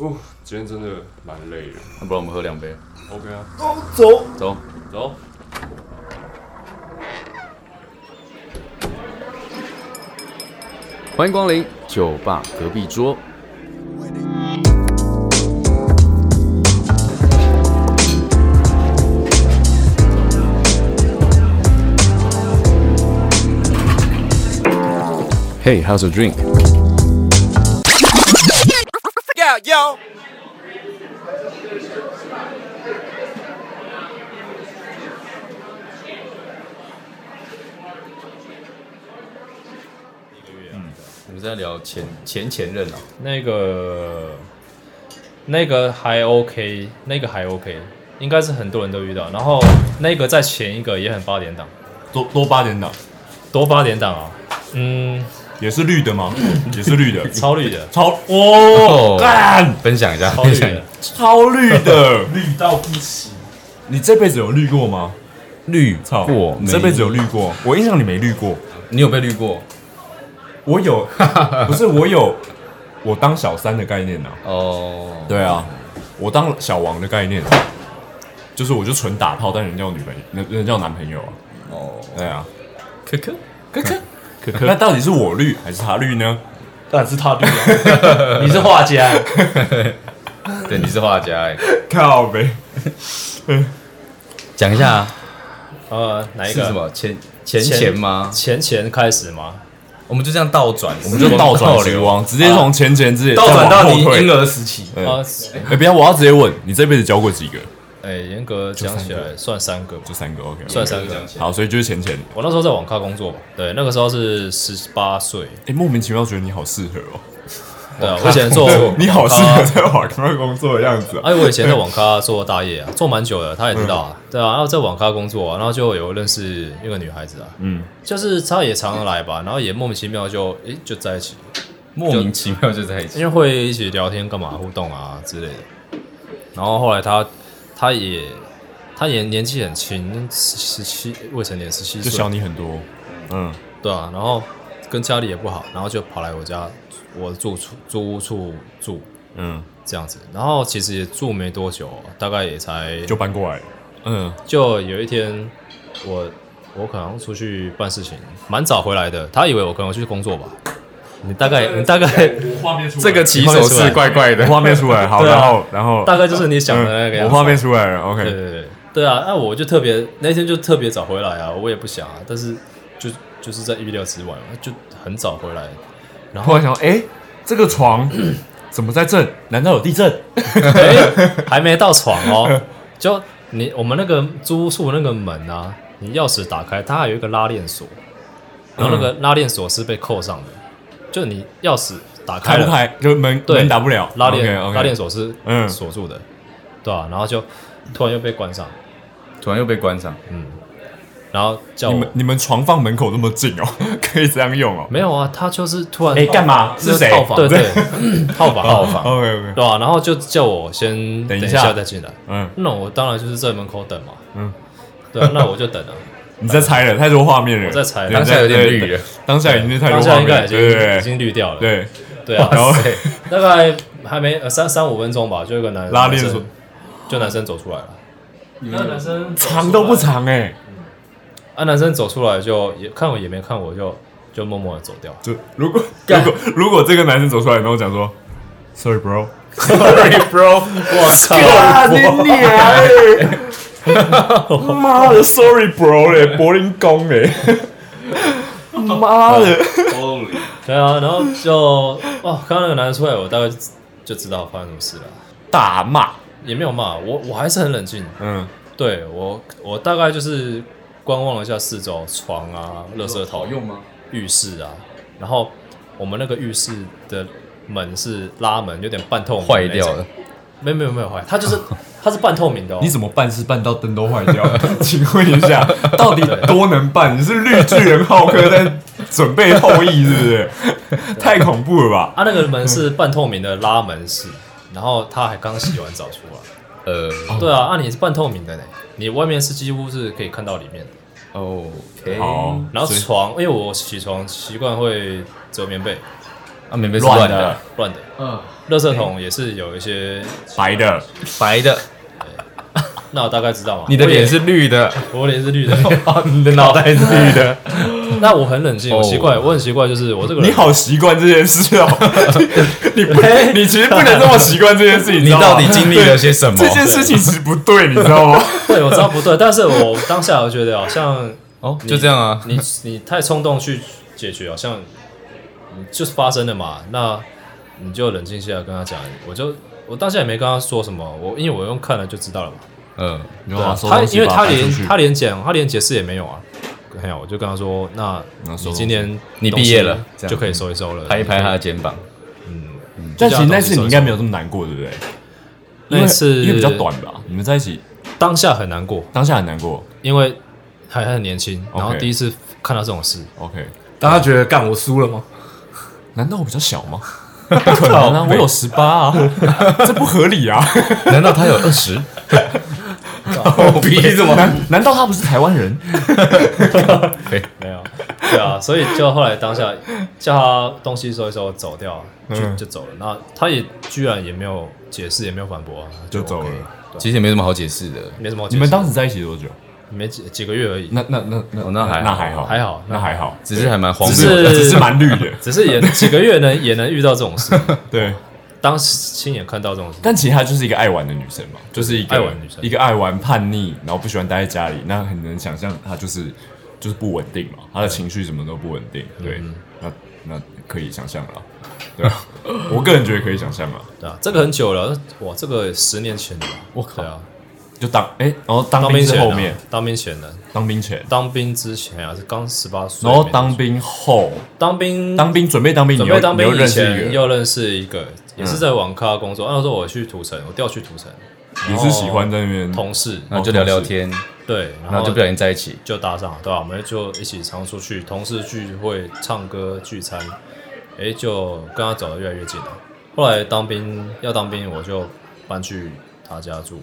哦，今天真的蛮累的。那不然我们喝两杯， OK 啊，走，走。走。欢迎光临酒吧隔壁桌。Hey, how's your drink? 我们在聊前前前任哦啊，那个那个还 OK，那个还 OK，应该是很多人都遇到。然后那个在前一个也很八点档，多多八点档，多八点档啊，嗯，也是绿的吗？也是绿 的，超绿的，超嗯哦哦，干分享一下，超分绿享一的下。，超绿的，绿到不行。你这辈子有绿过吗？绿操，过，你这辈子有没绿过？我印象里没绿过，你有被绿过？我 有，不是我有，我当小三的概念呐、哦，对啊，我当小王的概念，就是我就纯打炮，但人家有女朋友，人人家有男朋友啊，哦，对啊，可可，可可那到底是我绿还是他绿呢？当然是他绿 了，你是画家，对，你是画家哎，靠呗，讲一下啊呃，哪一是个？什么前前前吗？前前开始吗？我们就这样倒转，我我们就倒转时光，直接从前前直接倒转到你再往后退婴儿时期。对啊，哎、不要，我要直接问你这辈子交过几个？哎，严格讲起来算三个吧，就三个，OK，算三个。好，所以就是浅浅。我那时候在网咖工作嘛，对，那个时候是十八岁，哎、莫名其妙觉得你好适合哦，对啊，我以前 做 啊你好适网合咖在网咖工作的样子、啊。哎，我以前在网咖做大夜啊，做蛮久的，他也知道啊，嗯对啊，然后在网咖工作、啊，然后就有认识一个女孩子啊，嗯，就是她也常常来吧，然后也莫名其妙就诶就在一起，莫名其妙就在一因起。为会一起聊天干嘛互动啊之类的，然后后来她她也她也年纪很轻，十十七未成年十七就小岁，你很多。嗯，对啊，然后跟家里也不好，然后就跑来我家我住处租屋处住嗯，这样子，然后其实也住没多久，大概也才就搬过来了。嗯，就有一天，我我可能出去办事情，蛮早回来的。他以为我可能去工作吧。你大概你大概 画面出这个起手是怪怪的，画面出来，好，对啊然后然后大概就是你想的那嗯个样我子。画面出来了对，OK。对对对啊！那我就特别那天就特别早回来啊，我也不想啊，但是就就是在预料之外嘛，就很早回 来。然突后然想到，哎、这个 床怎么在震？难道有地震？哎，还没到床哦，就你我们那个租屋处那个门啊，你钥匙打开，它还有一个拉链锁，然后那个嗯拉链锁是被扣上的，就你钥匙打开开了不，开？就门对门打不了，拉链 OK，OK 拉链锁是嗯锁住的，对吧、然后就突然又被关上，突然又被关上。嗯，然后叫你我们你们床放门口那么近哦， 可以这样用哦。没有啊，他就是突然哎干嘛就是谁套房对对， 套房套房， OK OK，对吧、然后就叫我先等一一下下再进来，嗯，那我当然就是在门口等嘛，嗯，对、啊，那我就等 啊，你在猜了，太多画面了，我在猜了对当下有点绿，对了对当下已经太多当画下面应该了，已对经已对对经滤掉了，对，对 啊，然后大概还没呃三三五分钟吧，就有一个男拉链男生锁就男生走出来了，那男生长都不长哎，啊，男生走出来就也看我也没看我就就默默的走掉。就如果如果如果这个男生走出来跟我讲说，Sorry bro， Sorry, bro。我操！啊你娘嘞， 妈的，Sorry bro 嘞，柏林公 嘞，妈的，对啊，然后就 哦，看到那个男生出来，我大概就就知道发生什么事了，大骂，也没有骂我，我还是很冷静。嗯，对我，我大概就是观望了一下四周，床啊、垃圾桶、吗？浴室啊，然后我们那个浴室的门是拉门，有点半透明，坏掉了。，没有没有没有坏，它就是它是半透明的哦。你怎么办事办到灯都坏掉？ 请问一下，到底多能办？你是绿巨人浩克在准备后羿是不 是？太恐怖了吧！啊，那个门是半透明的拉门式，然后他还刚洗完澡出来。 呃对啊，啊你是半透明的呢，你外面是几乎是可以看到里面的。 ，OK。好，嗯然后所以床，因为我起床习惯会折棉被，啊，棉被是乱乱的的，乱的。嗯，垃圾桶也是有一些，白的，白的，那我大概知道嘛。你的我也脸是绿的，我脸是绿的，你的脑袋是哦绿的，那我很冷静，我奇怪，我很奇怪，就是我这个人你好习惯这件事哦， 你不，哎你其实不能这么习惯这件事情， 你知道吗到底经历了些什么？这件事情其实不对，你知道 吗？对，我知道不对，但是我当下我觉得好像哦，就这样啊，你 你太冲动去解决，好像你就是发生了嘛，那你就冷静下来跟他讲。我就我当下也没跟他说什么，我因为我用看了就知道了嘛。嗯，你对啊他因为他连他连讲他连解释也没有啊。没有，我就跟他说，那那收你今年你东西毕业了这样就可以收一收了，拍一拍他的肩膀，但其实那次你应该没有这么难过，对不对？因为那次因为比较短吧，你们在一起当下很难过，当下很难过。因为还很年轻，然后 OK 第一次看到这种事， OK，大家觉得干我输了吗？难道我比较小 吗？不可能啊，我有十八啊， 这不合理啊！ 难道他有二十？比怎么？难难道他不是台湾人？没有， 对啊，所以就后来当下叫他东西收一收走掉，就就走了。那他也居然也没有解释，也没有反驳啊，就走 OK，了 其实也没什么好解释的，没什么好解你们释。当时在一起多久？没几几个月而已，那那那那哦那还好那还好，还好那还好，只是还蛮荒只谬的。是只是蛮绿的。只是也几个月能也能遇到这种事， 对，当时亲眼看到这种事，但其实她就是一个爱玩的女生嘛，就是一个爱玩女生一个爱玩叛逆，然后不喜欢待在家里。那很能想象她就是就是不稳定嘛，她的情绪什么都不稳定。对，那那可以想象了，对啊，我个人觉得可以想象了。对啊，这个很久了，哇，这个十年前了吧，我靠对啊，就当哎、然后当当兵兵是前后啊面，当兵前的，当兵前，当兵之前啊是刚十八岁，然后没哦当兵后，当兵当兵准备当兵，准你又备当兵你又以认识一前个，嗯又认识一个，也是在网咖工作。那时候我去土城，我调去土城，也是喜欢在那边同事嗯然后就聊聊天，对，然然后后就不小心在一起，就搭上了，对吧、我们就一起常出去，同事聚会、唱歌、聚餐，哎，就跟他走得越来越近了。后来当兵要当兵，我就搬去他家住，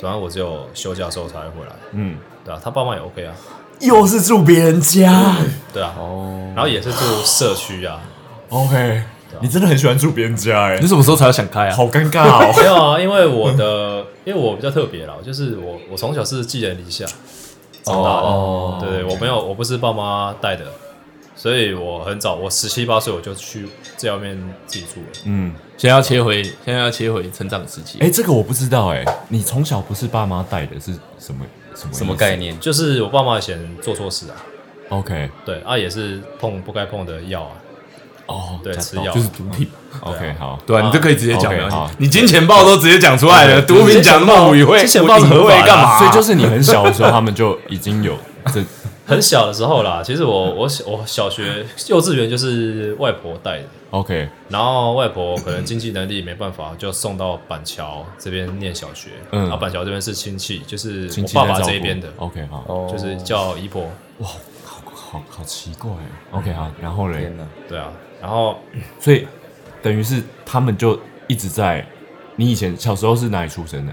然后我只有休假的时候才会回来，嗯，对啊，他爸妈也 OK 啊，又是住别人家。对啊，哦然后也是住社区啊， OK，你真的很喜欢住别人家哎、你什么时候才想开啊？好尴尬 哦。没有啊，因为我的， 因为我比较特别啦，就是我我从小是寄人篱下长大的，哦对对，我没有，我不是爸妈带的，所以我很早，我十七八岁我就去在外面自己住了。嗯，现在要切回，现在要切回成长时期。哎、这个我不知道哎、你从小不是爸妈带的，是什么什么什么概念念？就是我爸妈以前做错事啊， ？OK，对啊，也是碰不该碰的药啊，哦，对，吃药嗯就是毒品， ，OK，好，对啊，你这可以直接讲， OK，没关系好你金钱豹都直接讲出来了，毒品讲那么隐晦，金钱豹是合我隐晦法的干嘛？所以就是你很小的时候，他们就已经有这很小的时候啦。其实我我小我小学幼稚园就是外婆带的， OK，然后外婆可能经济能力没办法，就送到板桥这边念小学。嗯嗯，啊，板桥这边是亲戚，就是亲 我戚爸在爸照这一顾哦边的， OK，好，就是哦叫姨婆。好好奇怪哦。OK，好，然后嘞天，哪，对啊，然后所以等于是他们就一直在。你以前小时候是哪里出生的？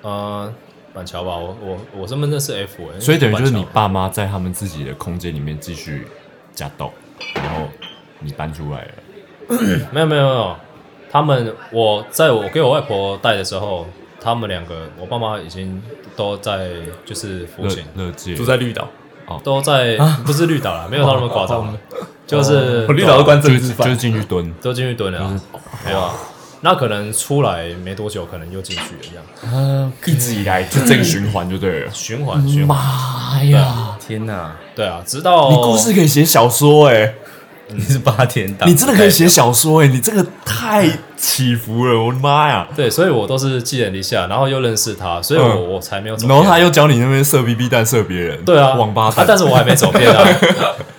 呃，板桥吧，我我我身份证是 F，、欸、所以等于就是板你桥爸妈在他们自己的空间里面继续加斗，然后你搬出来了。没有没有没有，他们我在我给我外婆带的时候，他们两个我爸妈已经都在就是服乐刑，乐界住在绿岛，都在、啊不是绿岛啦，没有到那么夸哦张，呃就是我绿岛都关政治就犯是，进去蹲，都进去蹲了啊、嗯没有啊。那可能出来没多久，可能又进去了，这样。一直以来就这个循环就对了啊循环循环，妈呀！天 哪，对啊，直到你故事可以写小说哎、你是八天档，你真的可以写小说哎、你这个太起伏了，我的妈呀！对，所以我都是寄人篱下，然后又认识他，所以我、嗯我才没有走然偏。后他又教你那边射 BB 弹射别人，对啊，王八啊蛋，但是我还没走偏 啊。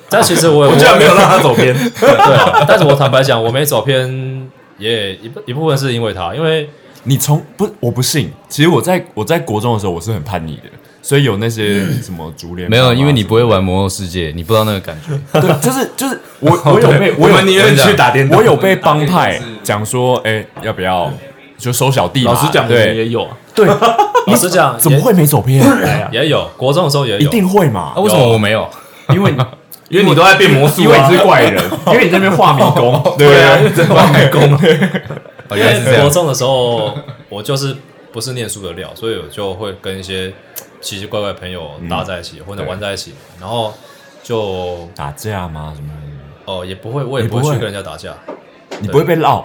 但其实我也我居然没有让他走偏， 对啊，但是我坦白讲，我没走偏，也一部一部分是因为他，因为你从不，我不信。其实我在我在国中的时候，我是很叛逆的，所以有那些什么竹联没有，因为你不不会玩《魔兽世界》，你不知道那个感觉。对，就是 就是我我有被我有们宁愿去打电动。我有被帮 派讲说，哎，要不要就收小弟嘛？老实讲，我们对也有啊，老实讲， 怎么会没走偏？啊也也有国中的时候也有啊一定会嘛哦啊，？为什么我没有？ 因为因为你都在变魔术因为啊你， 是怪人，因为你在那边画迷宫，对对啊，不真完美功。哦，原来是这国 样。中的时候，我就是不是念书的料，所以我就会跟一些奇奇怪怪的朋友搭在一起，或者对玩在一起，然后就 打架吗？什么的？哦也不会，我也不会你不会去跟人家打架，你不会被烙？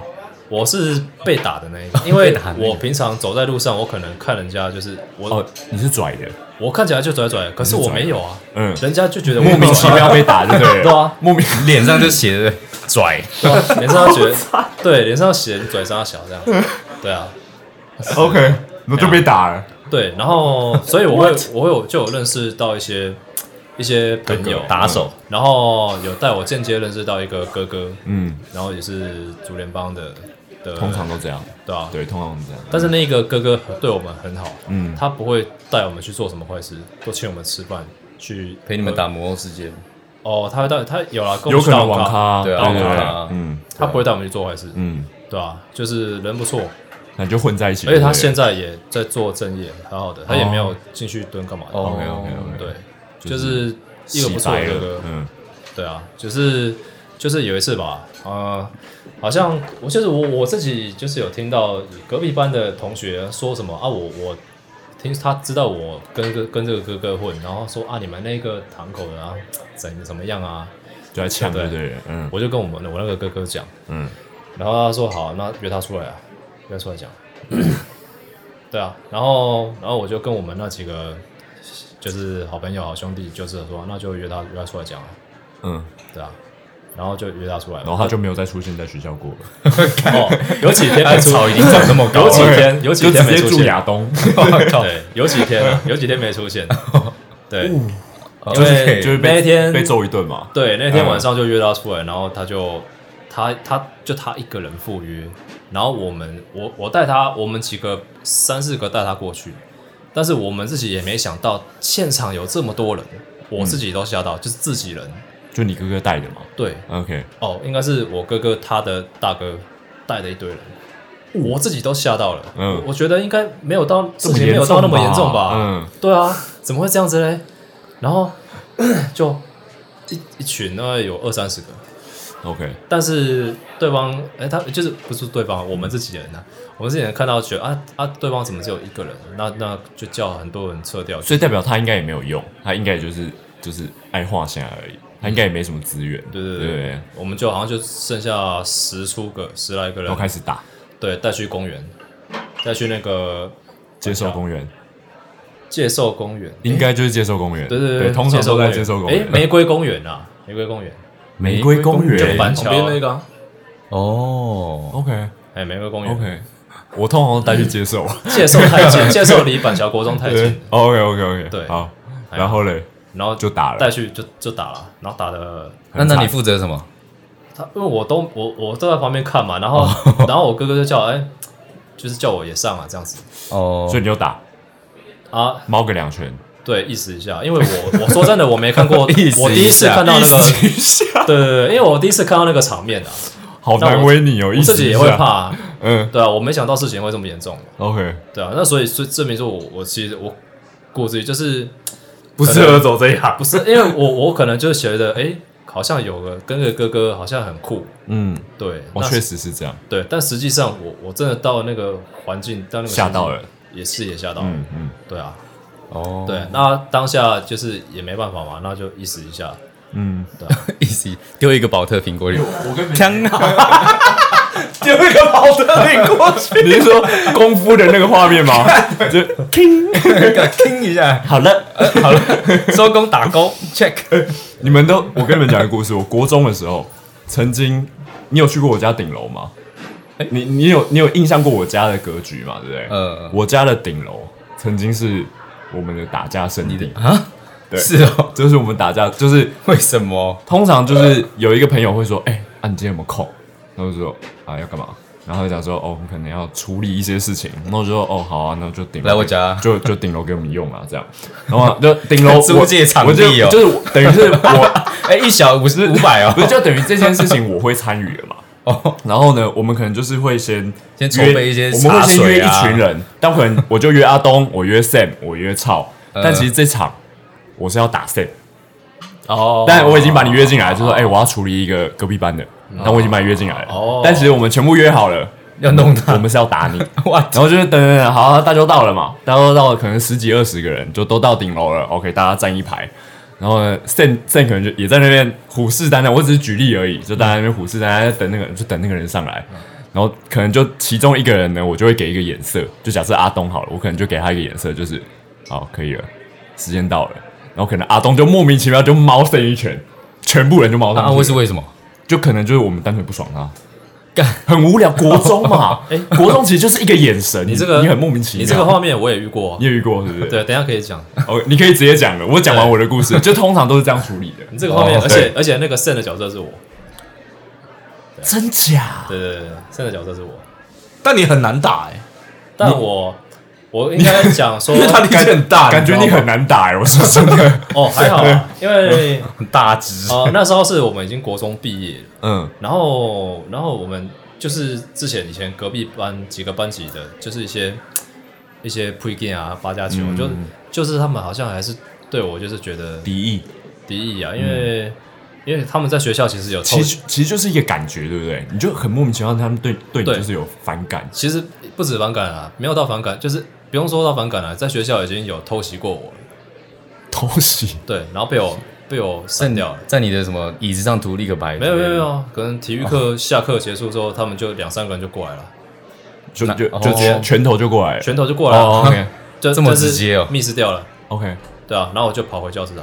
我是被打的那一个，因为我平常走在路上，我可能看人家就是我、哦，你是拽 的，我看起来就拽拽，可是我没有啊，嗯人家就觉得我莫啊名其妙被打，对不 对？对啊，莫名脸上就写着拽，对啊脸上觉得对脸上写拽沙小这样，对啊， OK，那就被打了。对，然后所以我会我会有就有认识到一些一些朋友嗯打手，然后有带我间接认识到一个哥哥，嗯，然后也是竹联帮的的，通常都这样，对啊，对，通常都这样。但是那个哥哥对我们很好，嗯他不会带我们去做什么坏事，都请我们吃饭，去陪你们打魔兽世界。哦，他会带他有啦，跟我有们去可打能网咖，对啊对网对咖对，嗯他不会带我们去做坏事，嗯，对啊，就是人不错，那你就混在一起。而且他现现在也在做正业，好好的，他也没哦有进去蹲干嘛的，哦 OK OK，对，就是一个不错的哥哥，嗯，对啊，就是就是有一次吧，呃，好像我就是我我自己就是有听到隔壁班的同学说什么啊，我我听他知道我跟跟跟这个哥哥混，然后说啊你们那个堂口的啊怎怎么样啊，就在呛，对对不对对，嗯我就跟我们我那个哥哥讲，嗯，然后他说好，那约他出来啊，约他出来讲。 对啊，然后然后我就跟我们那几个就是好朋友、好兄弟，就是说那就约他约他出来讲啊，嗯，对啊，然后就约他出来嘛，然哦后他就没有再出现在学校过了，哦，有几天没出， 草已经长那么高有几了，天有几就直天没接出住 现，亚东，对，有几天了，有几天没出现， 对，哦因哦就是可以为就是那被一天被揍一顿嘛。对，那天晚上就约他出来，然后他就他他就他一个人赴约，然后我们我我带他，我们几个三四个带他过去，但是我们自己也没想到现场有这么多人，我自己都吓到，就是自己人，就你哥哥带的嘛。对， OK，哦，应该是我哥哥他的大哥带了一堆人。我自己都吓到了，嗯我觉得应该没有到这事么情没有到那么严重吧，嗯，对啊，怎么会这样子嘞？然后 就一一群大概有二三十个， OK，但是对方，哎、他就是不是对方，我们自己人呐、我们自己人看到觉得啊啊，对方怎么只有一个人？那那就叫很多人撤掉。所以代表他应该也没有用，他应该也就是就是爱画虾而已，他应该也没什么资源。对对对对，对，我们就好像就剩下十出个十来个然后人，哦开始打，对，带去公园，带去那个接啊受公园，介寿公园，应该就是接受公园。对对对，通常都在接介寿受公公园。园。哎，玫瑰公园啊，玫瑰公园，玫瑰公园就板桥旁边那个啊哦， OK 哎，玫瑰公园， OK，我通常都带去接受。介寿太 近，介寿离板桥国中太近了对，，OK OK OK，对好，哎然后嘞然后就打带了，去就就打了，然后打的那很那惨你负责什么？他，因为我都我我都在旁边看嘛，然后然后我哥哥就叫哎、就是叫我也上啊这样子哦所以，你就打啊，猫个两拳，对，意思一下，因为我我说真的我没看过，意思一下我第一次看到那个，一下对对对，因为我第一次看到那个场面啊，好难为你哦，我一时自己也一会下怕，啊，嗯对啊，我没想到事情会这么严重， ，OK，对啊，那所以所以证明说我我其实我骨子里就是不适合走这一行不。是因为我我可能就是觉得哎、好像有个跟个哥哥好像很酷，嗯，对，我那确实是这样，对，但实际上我我真的到那个环境，到那个吓到情境了，也是也吓到了，嗯嗯，对啊，哦，对，那当下就是也没办法嘛，那就意思一下，嗯 一起丢一个保特瓶过去，我跟枪啊！丢一个跑车你过去， 你是说功夫的那个画面吗？就 听一下，好了，收工打勾，check。 你们都，我跟你们讲个故事。我国中的时候，曾经，你有去过我家顶楼吗？哎你你有你有印象过我家的格局嘛？对不对？嗯我家的顶楼曾经是我们的打架圣地，啊，对是哦，就是我们打架，就是为什么？通常就是有一个朋友会说，哎、啊，你今天有没有空？然后就说啊要干嘛？然后他就讲说，哦，我们可能要处理一些事情。然后我就说，哦，好啊，那就顶楼来我家就就顶楼给我们用啊，这样。然后就顶楼 租借场地哦我就就是我等于是我哎，一小五十五百哦 不，是，就等于这件事情我会参与了嘛。哦哦，然后呢，我们可能就是会先先筹约备一些我们会茶先水约一啊群人，但可能我就约呃阿东，我约 Sam，我约超，但其实这场我是要打 Sam，哦但我已经把你约进来，就哦说哎、我要处理一个隔壁班的，但我已经把你约进来了。哦但其实我们全部约好了，嗯要弄他我们是要打 你。哇，然后就是等等等，好、大家都到了嘛，大家都到了，可能十几二十个人就都到顶楼了。OK，大家站一排。然后呢，Sen Sen 可能就也在那边虎视眈眈，我只是举例而已，就大家在那边虎视眈眈，等那个就等那个人上来。然后可能就其中一个人呢，我就会给一个眼色，就假设阿东好了，我可能就给他一个眼色，就是好可以了，时间到了。然后可能阿东就莫名其妙就猫 Sen 一拳，全部人就猫上啊，去了为是为什么？就可能就是我们单纯不爽他。干很无聊，国中嘛， 哎国中其实就是一个眼神，你这个你很莫名其妙，你这个画面我也遇过啊你，也遇过是不是？对，等一下可以讲。哦，你可以直接讲了，我讲完我的故 事，就通常都是这样处理的。你这个画面，哦而且而且那个 Sen 的角色是我，对真假？对对对，Sen 的角色是我，但你很难打哎、但我我应该讲 说因为他力气很大，感觉你知道吗很难打哎，我说真的， 哦还好 啊，因为大只呃那时候是我们已经国中毕业了，嗯然后然后我们就是之前以前隔壁班几个班级的，就是一些一些 pre game 啊八加九，嗯就就是他们好像还是对我就是觉得敌意，敌意啊，因嗯为、因为他们在学校其实有偷其实其实就是一个感觉，对不对？你就很莫名其妙，他们对对你对就是有反感，其实不止反感啊，没有到反感，就是不用说到反感了、啊在学校已经有偷袭过我了，偷袭，对，然后被嗯我被我删掉了。在你的什么椅子上涂立个白？没有没有没有，嗯可能体育哦课下课结束之后，他们就两三个人就过来了，就那就哦就直接拳头就过来了。拳头就过来哦了， ，OK 就呃这么直接哦，miss 掉了， OK 对啊，然后我就跑回教室打，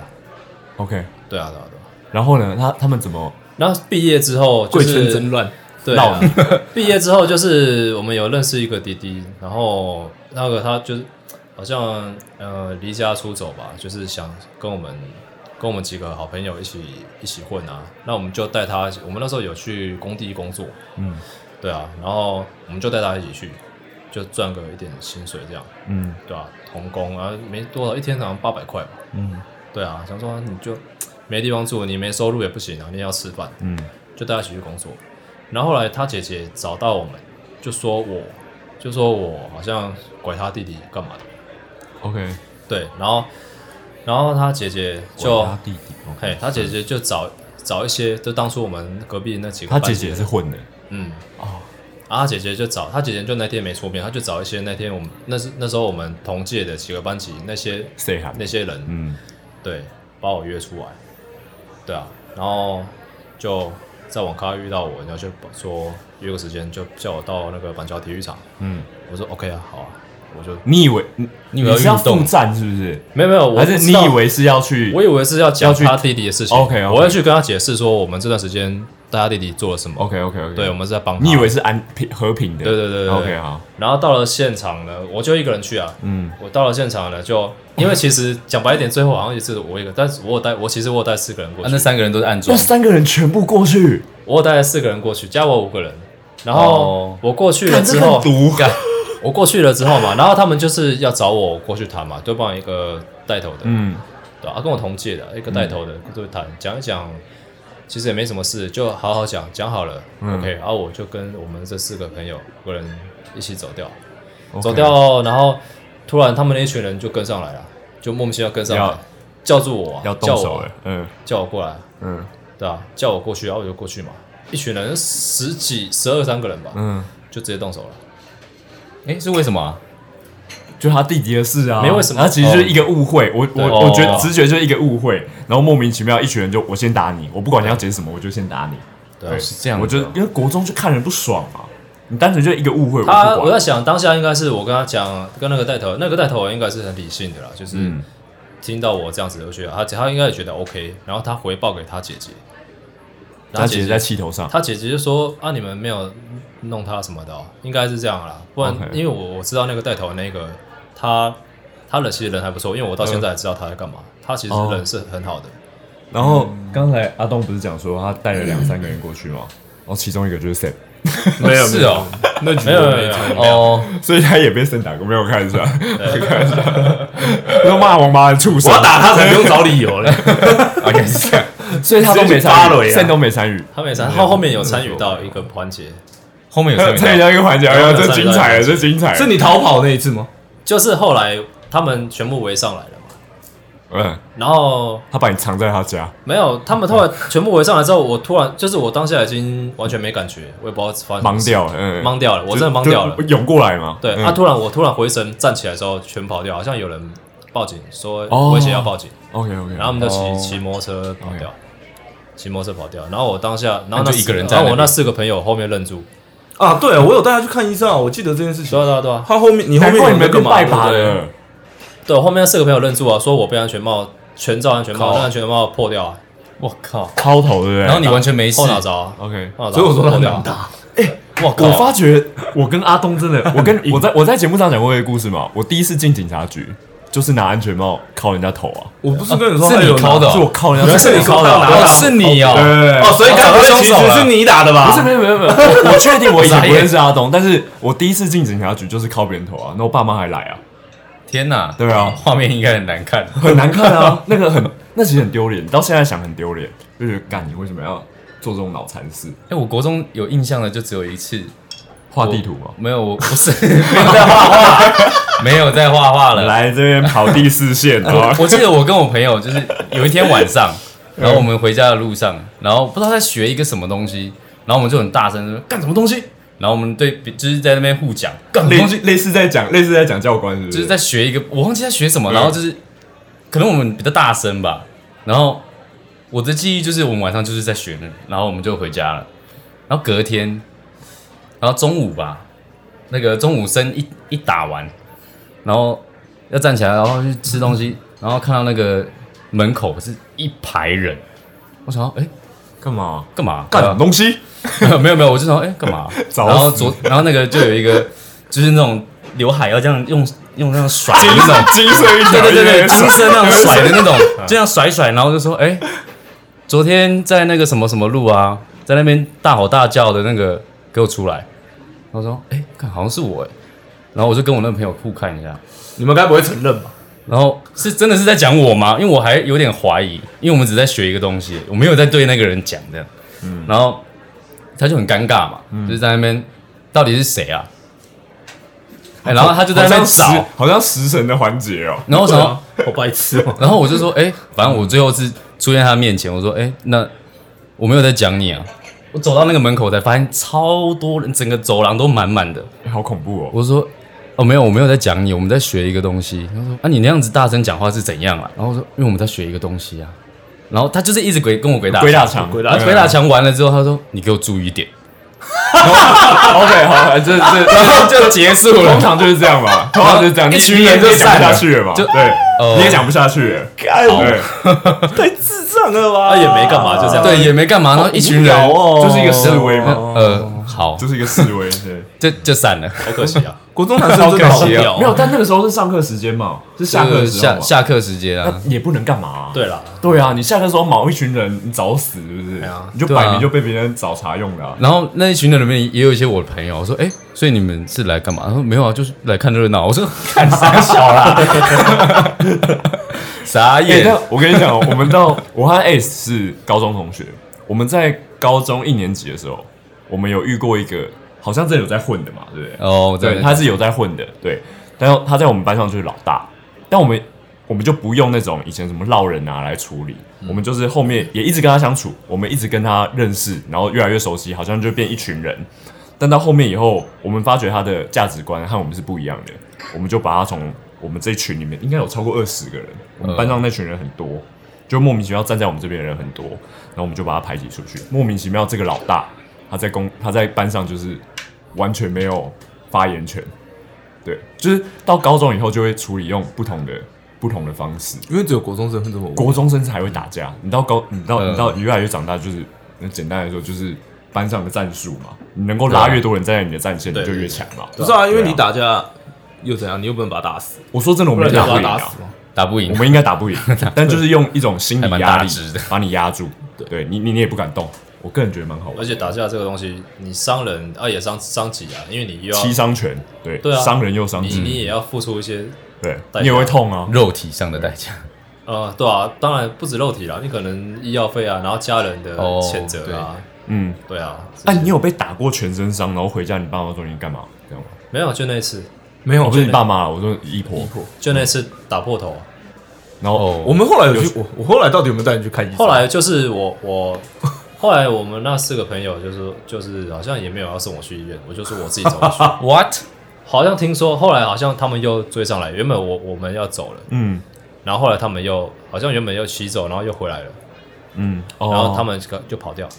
OK，对啊对啊对啊。然后呢，他他们怎么然后毕业之后就贵圈是真乱，对闹啊， 毕业之后就是我们有认识一个弟弟，然后那个他就是好像呃离家出走吧，就是想跟我们跟我们几个好朋友一起一起混啊。那我们就带他，我们那时候有去工地工作，嗯对啊，然后我们就带他一起去，就赚个一点薪水这样，嗯对啊，童工啊，没多少，一天好像八百块吧，嗯对啊，想说你就没地方住，你没收入也不行啊，你也要吃饭，嗯就带他一起去工作。然后后来他姐姐找到我们，就说我，就说我好像拐他弟弟干嘛的， OK，对，然后然后他姐姐就管他弟弟，OK，嘿，他姐姐就找找一些，就当初我们隔壁那几个他班姐级姐的是混的，嗯哦哦。啊，他姐姐就找他姐姐就那天没出面，他就找一些那天我们那是那时候我们同届的几个班级那些谁喊？那些人，嗯，对，把我约出来，对啊，然后就在网咖遇到我，然后就说约个时间，就叫我到那个板桥体育场，嗯，我说 OK 啊，好啊，我就你以为你你以为要是要运动复战是不是？没有没有，我还不是知你道以为是要去？我以为是要讲去他弟弟的事情 OK，OK 我要去跟他解释说我们这段时间带他弟弟做了什么 OK OK OK，对，我们是在帮他，你以为是安平和平的？对对对对对 OK 好，然后到了现场呢，我就一个人去啊，嗯我到了现场呢，就因为其实讲白一点，最后好像也是我一个，但是我有带我其实我有带四个人过啊去，那三个人都是暗哇，装，三个人全部过去，我有带了四个人过去，加我五个人。然后哦我过去了之后，毒干我过去了之后嘛，然后他们就是要找我过去谈嘛，对方一个带头的，嗯，对啊，跟我同届的一个带头的，就谈讲一讲，其实也没什么事，就好好讲，讲好了、嗯 o k 然、后我就跟我们这四个朋友五个人一起走掉 OK 走掉，然后突然他们那一群人就跟上来了，就莫名其妙跟上来要，叫住我、啊，要动叫我手啊了，嗯叫我过来，嗯对啊，叫我过去，然后我就过去嘛，一群人十几、十二三个人吧，嗯，就直接动手了。哎，是为什么啊？就他弟弟的事啊，没为什么他其实就是一个误会，我对我我觉得哦直觉就是一个误会，然后莫名其妙一群人就我先打你，我不管你要解释什么，我就先打你，对啊，是这样子哦，我觉得因为国中就看人不爽嘛，你单纯就一个误会，我他不我管在，想当下应该是我跟他讲，跟那个带头，那个带头应该是很理性的啦，就是嗯听到我这样子就觉得他他应该也觉得 OK，然后他回报给他姐姐，然他后姐姐在气头上，他姐姐就说啊你们没有弄他什么的、哦，应该是这样啦，不然 OK 因为我我知道那个带头那个他他人其实人还不错，因为我到现在也知道他在干嘛，他其实哦人是很好的，然后刚才阿东不是讲说他带了两三个人过去吗？然后其中一个就是 Sam，没有是哦，那没有没有没有哦，所以他也被 Sam 打过，没有我开玩笑，我开玩笑，都骂王八的畜生，我要打他才不用找理由了。啊，应该是 这样，所以他都没参直接去扒与雷啊，Sam 都没参与， 他没参，他后面有参与到一个环节，后面有 三参个与人，到一个环节，哎呀，没有这参与精彩了，到这精彩了，是你逃跑那一次吗？就是后来他们全部围上来了嘛，嗯，然后他把你藏在他家，没有，他们突然全部围上来之后，我突然就是我当下已经完全没感觉，我也不知道发生什么忙事掉了，嗯，懵掉了，我就真的懵掉了就。涌过来嘛，对，嗯啊，突然我突然回神站起来之后，全跑掉，好像有人报警说哦威胁要报警， ，OK OK，然后他们就骑哦骑摩托车跑 OK 掉，骑摩托车跑掉。然后我当下，然那后那就一四个人在然后那我边那四个朋友后面愣住，啊，对，我有带他去看医生啊，我记得这件事对情。啊对啊对啊，他后面，你后难面怪有你那们个被嘛？拜对不把对了，对我后面那四个朋友愣住啊，说我被安全帽全罩安全帽，靠那安全帽破掉啊，我靠！抛头对不对？然后你完全没事后，脑勺啊， OK，后脑勺所以我说他破很掉难啊，打，我靠！我发觉我跟阿东真 的，我跟我在我在节目上讲过一个故事嘛，我第一次进警察局就是拿安全帽敲人家头啊，我不是跟你说是他你有敲的哦是我敲人原家来头，是你敲的啊哦，是你哦，对哦，所以该不会其实是你打的 吧？不是，没有没有没有，我我确定我以前不认识阿东，但是我第一次进警察局就是敲别人头啊，那我爸妈还来啊，天哪！对啊画面应该很难看。 很难看啊， 那个很那其实很丢脸，到现在想很丢脸，就觉得干你为什么要做这种脑残事？哎，我国中有印象的就只有一次，画地图吗？没有，我不是 没有在画画，没有在画画 了。！来这边跑第四线啊 我记得我跟我朋友就是有一天晚 上，然后我们回家的路上，然后不知道在学一个什么东西，然后我们就很大声地说干什么东西，然后我们对就是在那边互讲干什么类东西，类似在讲类似在讲教官是不是？就是在学一个我忘记在学什么，然后就是可能我们比较大声吧，然后我的记忆就是我们晚上就是在学那个，然后我们就回家了，然后隔天，然后中午吧，那个中午生一一打完，然后要站起来，然后去吃东西，然后看到那个门口是一排人，我想哎干嘛？干嘛啊干什么东西？ 没有没有，我就想哎 干嘛？找死然后左然后那个就有一个就是那种刘海要这样用用那样甩的 那种。金色一条，对对对对，一条金色那样甩的那 种，啊这样甩一甩，然后就说：“哎、昨天在那个什么什么路啊，在那边大吼大叫的那个，给我出来。”他说：“哎、看好像是我哎。”然后我就跟我那个朋友互看一下，你们该不会承认吧？然后是真的是在讲我吗？因为我还有点怀疑，因为我们只在学一个东西，我没有在对那个人讲这样。嗯然后他就很尴尬嘛，就是在那边到底是谁啊？哎、然后他就在那边好像找食，好像食神的环节哦。然后我想说。啊好白痴哦！然后我就说，哎、反正我最后是出现在他面前，我说，哎、那我没有在讲你啊。我走到那个门口才发现超多人，整个走廊都满满的。欸好恐怖哦！我说，哦，没有，我没有在讲你，我们在学一个东西。他说，啊，你那样子大声讲话是怎样啊？然后我说，因为我们在学一个东西啊。然后他就是一直鬼跟我鬼打鬼打墙，鬼然后鬼打墙完了之后，他说，你给我注意一点， OK，好，这这然后 就结束了通。常就是这样嘛，通常就是这样，一你群群人人就就讲散不了下去了嘛，就哦对，你也讲不下去了，干对，太智障了吧？ 他也没干嘛，就这样。对，也没干嘛，然后一群人啊好无聊哦嗯就是一个示威嘛，呃，好，就是一个示 威，对。就就散了。好可惜啊，国中男生真的好可惜无哦聊没有，但那个时候是上课时间嘛，是下课就的是时候下嘛，下课时间啊，那也不能干嘛啊。对啦，对啊，你下课时候毛一群人，你找死是不是啊？你就对啊摆明就被别人找茬用的啊。然后那一群人里面也有一些我的朋友，我说：“哎、所以你们是来干嘛？”他说：“没有啊，就是来看热闹。”我说：“ 看傻 小啦，傻哎、眼。那我跟你讲哦，我们到我和 S 是高中同学，我们在高中一年级的时候，我们有遇过一个好像真的有在混的嘛，对不对？哦，我对，在他是有在混的，对。但是他在我们班上就是老大，但我们我们就不用那种以前什么落人啊来处理，我们就是后面也一直跟他相处，我们一直跟他认识，然后越来越熟悉，好像就变一群人。但到后面以后，我们发觉他的价值观和我们是不一样的，我们就把他从我们这一群里面应该有超过二十个人，我们班上那群人很多，就莫名其妙站在我们这边的人很多，然后我们就把他排挤出去。莫名其妙，这个老大他在公他在班上就是完全没有发言权，对，就是到高中以后就会处理用不同的不同的方式。因为只有国中生会这么无聊。国中生才会打架，你到高，你到嗯你到你越来越长大，就是那简单来说就是班上的战术嘛，你能够拉越多人站在你的战线，你对就越强嘛。不是啊，因为对你啊，打架又怎样？你又不能把他打死，我说真的，我不们然应你该打要不把他赢打啊死，吗？打不赢我，们应该打不赢，但就是用一种心理还蛮压大力只的把你压住，对你你你也不敢动。我个人觉得蛮好玩而，且打架这个东西，你伤人啊也伤伤己啊，因为你又要七伤拳，对对啊伤人又伤你己，你也要付出一些，对代价你也会痛啊，肉体上的代价。呃，对啊，当然不止肉体啦，你可能医药费啊，然后家人的哦谴责啊，嗯。对啊，啊，哎你有被打过全身伤，然后回家你爸妈说你干嘛？这样吗？哦没有就那一次，没有，不是你爸妈，我说姨婆。就那次打破头，然后哦我们后来有去，我我后来到底有没有带你去看医生？后来就是我我后来我们那四个朋友就是就是好像也没有要送我去医院，我就说我自己走过 去。 What？好像听说后来好像他们又追上来，原本我我们要走了，嗯然后后来他们又好像原本又骑走，然后又回来了，嗯，然然后他们就就跑掉，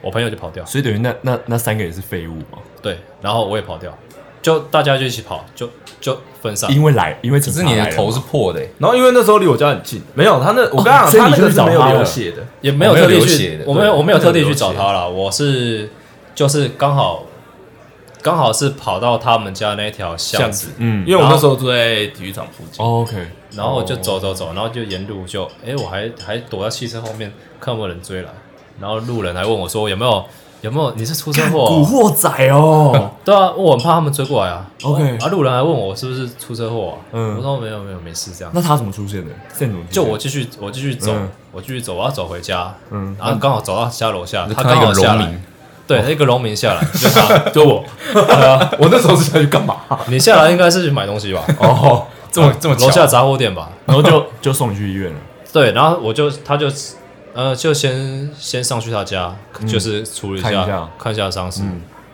我朋友就跑掉，所以等于那那那三个也是废物嘛，对，然后我也跑掉，就大家就一起跑，就就分散。因为来因为只可是你的头是破的欸、哦然后因为那时候离我家很近，没有他那我刚刚所以他你那就个去是没找有他流了血的，也没有我没有特地流血去的，我没有对我没有特地我没有去流找血他啦，我是就是刚好刚好是跑到他们家那条巷巷子子，嗯因为我那时候住在体育场附近。哦 OK，然后我就走走走，然后就沿路就哎、我还还躲在汽车后面看有没有人追来，然后路人还问我说有没有有没有你是出车祸古哦、惑仔哦， 对啊，我很怕他们追过来啊。 OK 啊，路人还问我是不是出车祸、啊，嗯我说没有没有没事这样。那他怎么出现的？现怎么出现就我继续我继续走，嗯我继续走，我要走回家，嗯然后刚好走到家楼下，你就他看到刚一个好下农来，民，哦对，那个农民下来，就 他，就我， 我那时候是想去干嘛？你下来应该是去买东西吧？哦，这么这么巧楼下杂货店吧？然后就就送你去医院了。对，然后我就他就呃就先先上去他家，就是处理一嗯下看一下嗯看一下伤势，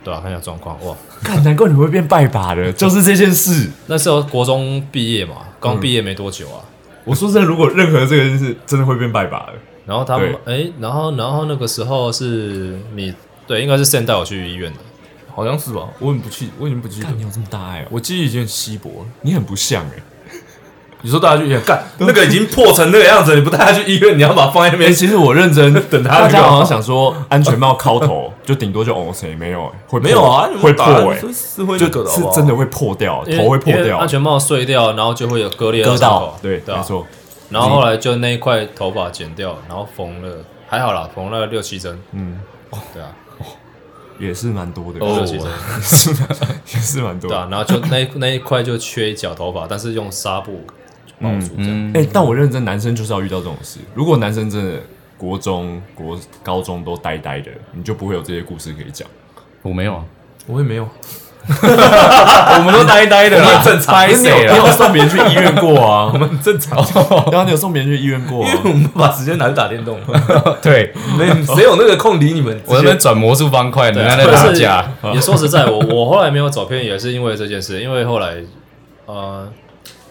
对啊吧、看一下状况。哇，看，难怪你会变拜把的，就是这件事。嗯那时候国中毕业嘛，刚毕业没多久啊。我说真的，如果任何这个件事真的会变拜把的，然后他们哎、对然后然后那个时候是你对，应该是现带我去医院的。好像是吧，我很不记，我已经不记得干，你，有这么大爱哦，我记忆已经很稀薄了。你很不像哎。 你说大家去医院干，那个已经破成那个样子，你不带他去医院，你要把它放在那哎，边，其实我认真 等他大那家个好像想说安全帽敲头，就顶多就 哦谁没有哎，会破没有啊？会破哎，是是会就那个的，是好不好真的。会破掉，因为头会破因为掉安，全帽碎掉，然后就会有割裂的割伤口到，对，对啊没错，然后后来就那一块头发剪掉，然后缝了，还好啦，缝了六七针，嗯，哦对啊，也是蛮多的，六哦也 七针， 是蛮也是蛮多对的。啊，然后就那 一那一块就缺一角头发，但是用纱布包住这样。哎、但我认真，男生就是要遇到这种事。如果男生真的国中、国高中都呆呆的，你就不会有这些故事可以讲。我没有啊，我也没有，我们都呆呆的啦，正常你有谁啊你有送别人去医院过啊？我们很正常，哦然后啊你有送别人去医院过、因啊为？我们把时间拿去打电动， 对没 谁有那个空理你们？我在那边转魔术方块，人对家啊，在打但是架，也说实在，我我后来没有走偏也是因为这件事，因为后来呃，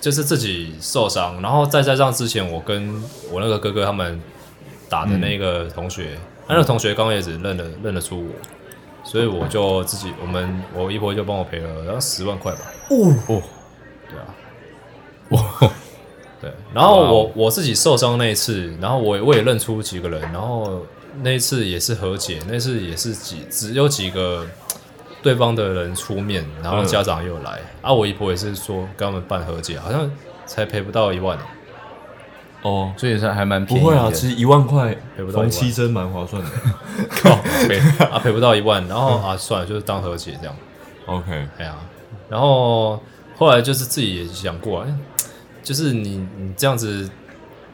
就是自己受伤，然后再加上之前我跟我那个哥哥他们打的那个同学，那个同学刚开始认得认得出我，所以我就自己我们我姨婆就帮我赔了然后十万块吧，哦，对啊，哦对，然后我我自己受伤那一次，然后我也我也认出几个人，然后那一次也是和解，那次也是几只有几个对方的人出面，然后家长又来、啊，我姨婆也是说跟他们办和解，好像才赔不到一万，哦，所以是还蛮不便宜的。会啊，其实一万块赔不到一缝万七针蛮划算的。赔啊赔不到一万，然后啊算了，就是当和解这样， OK，哎呀，然后后来就是自己也想过、哎，就是你你这样子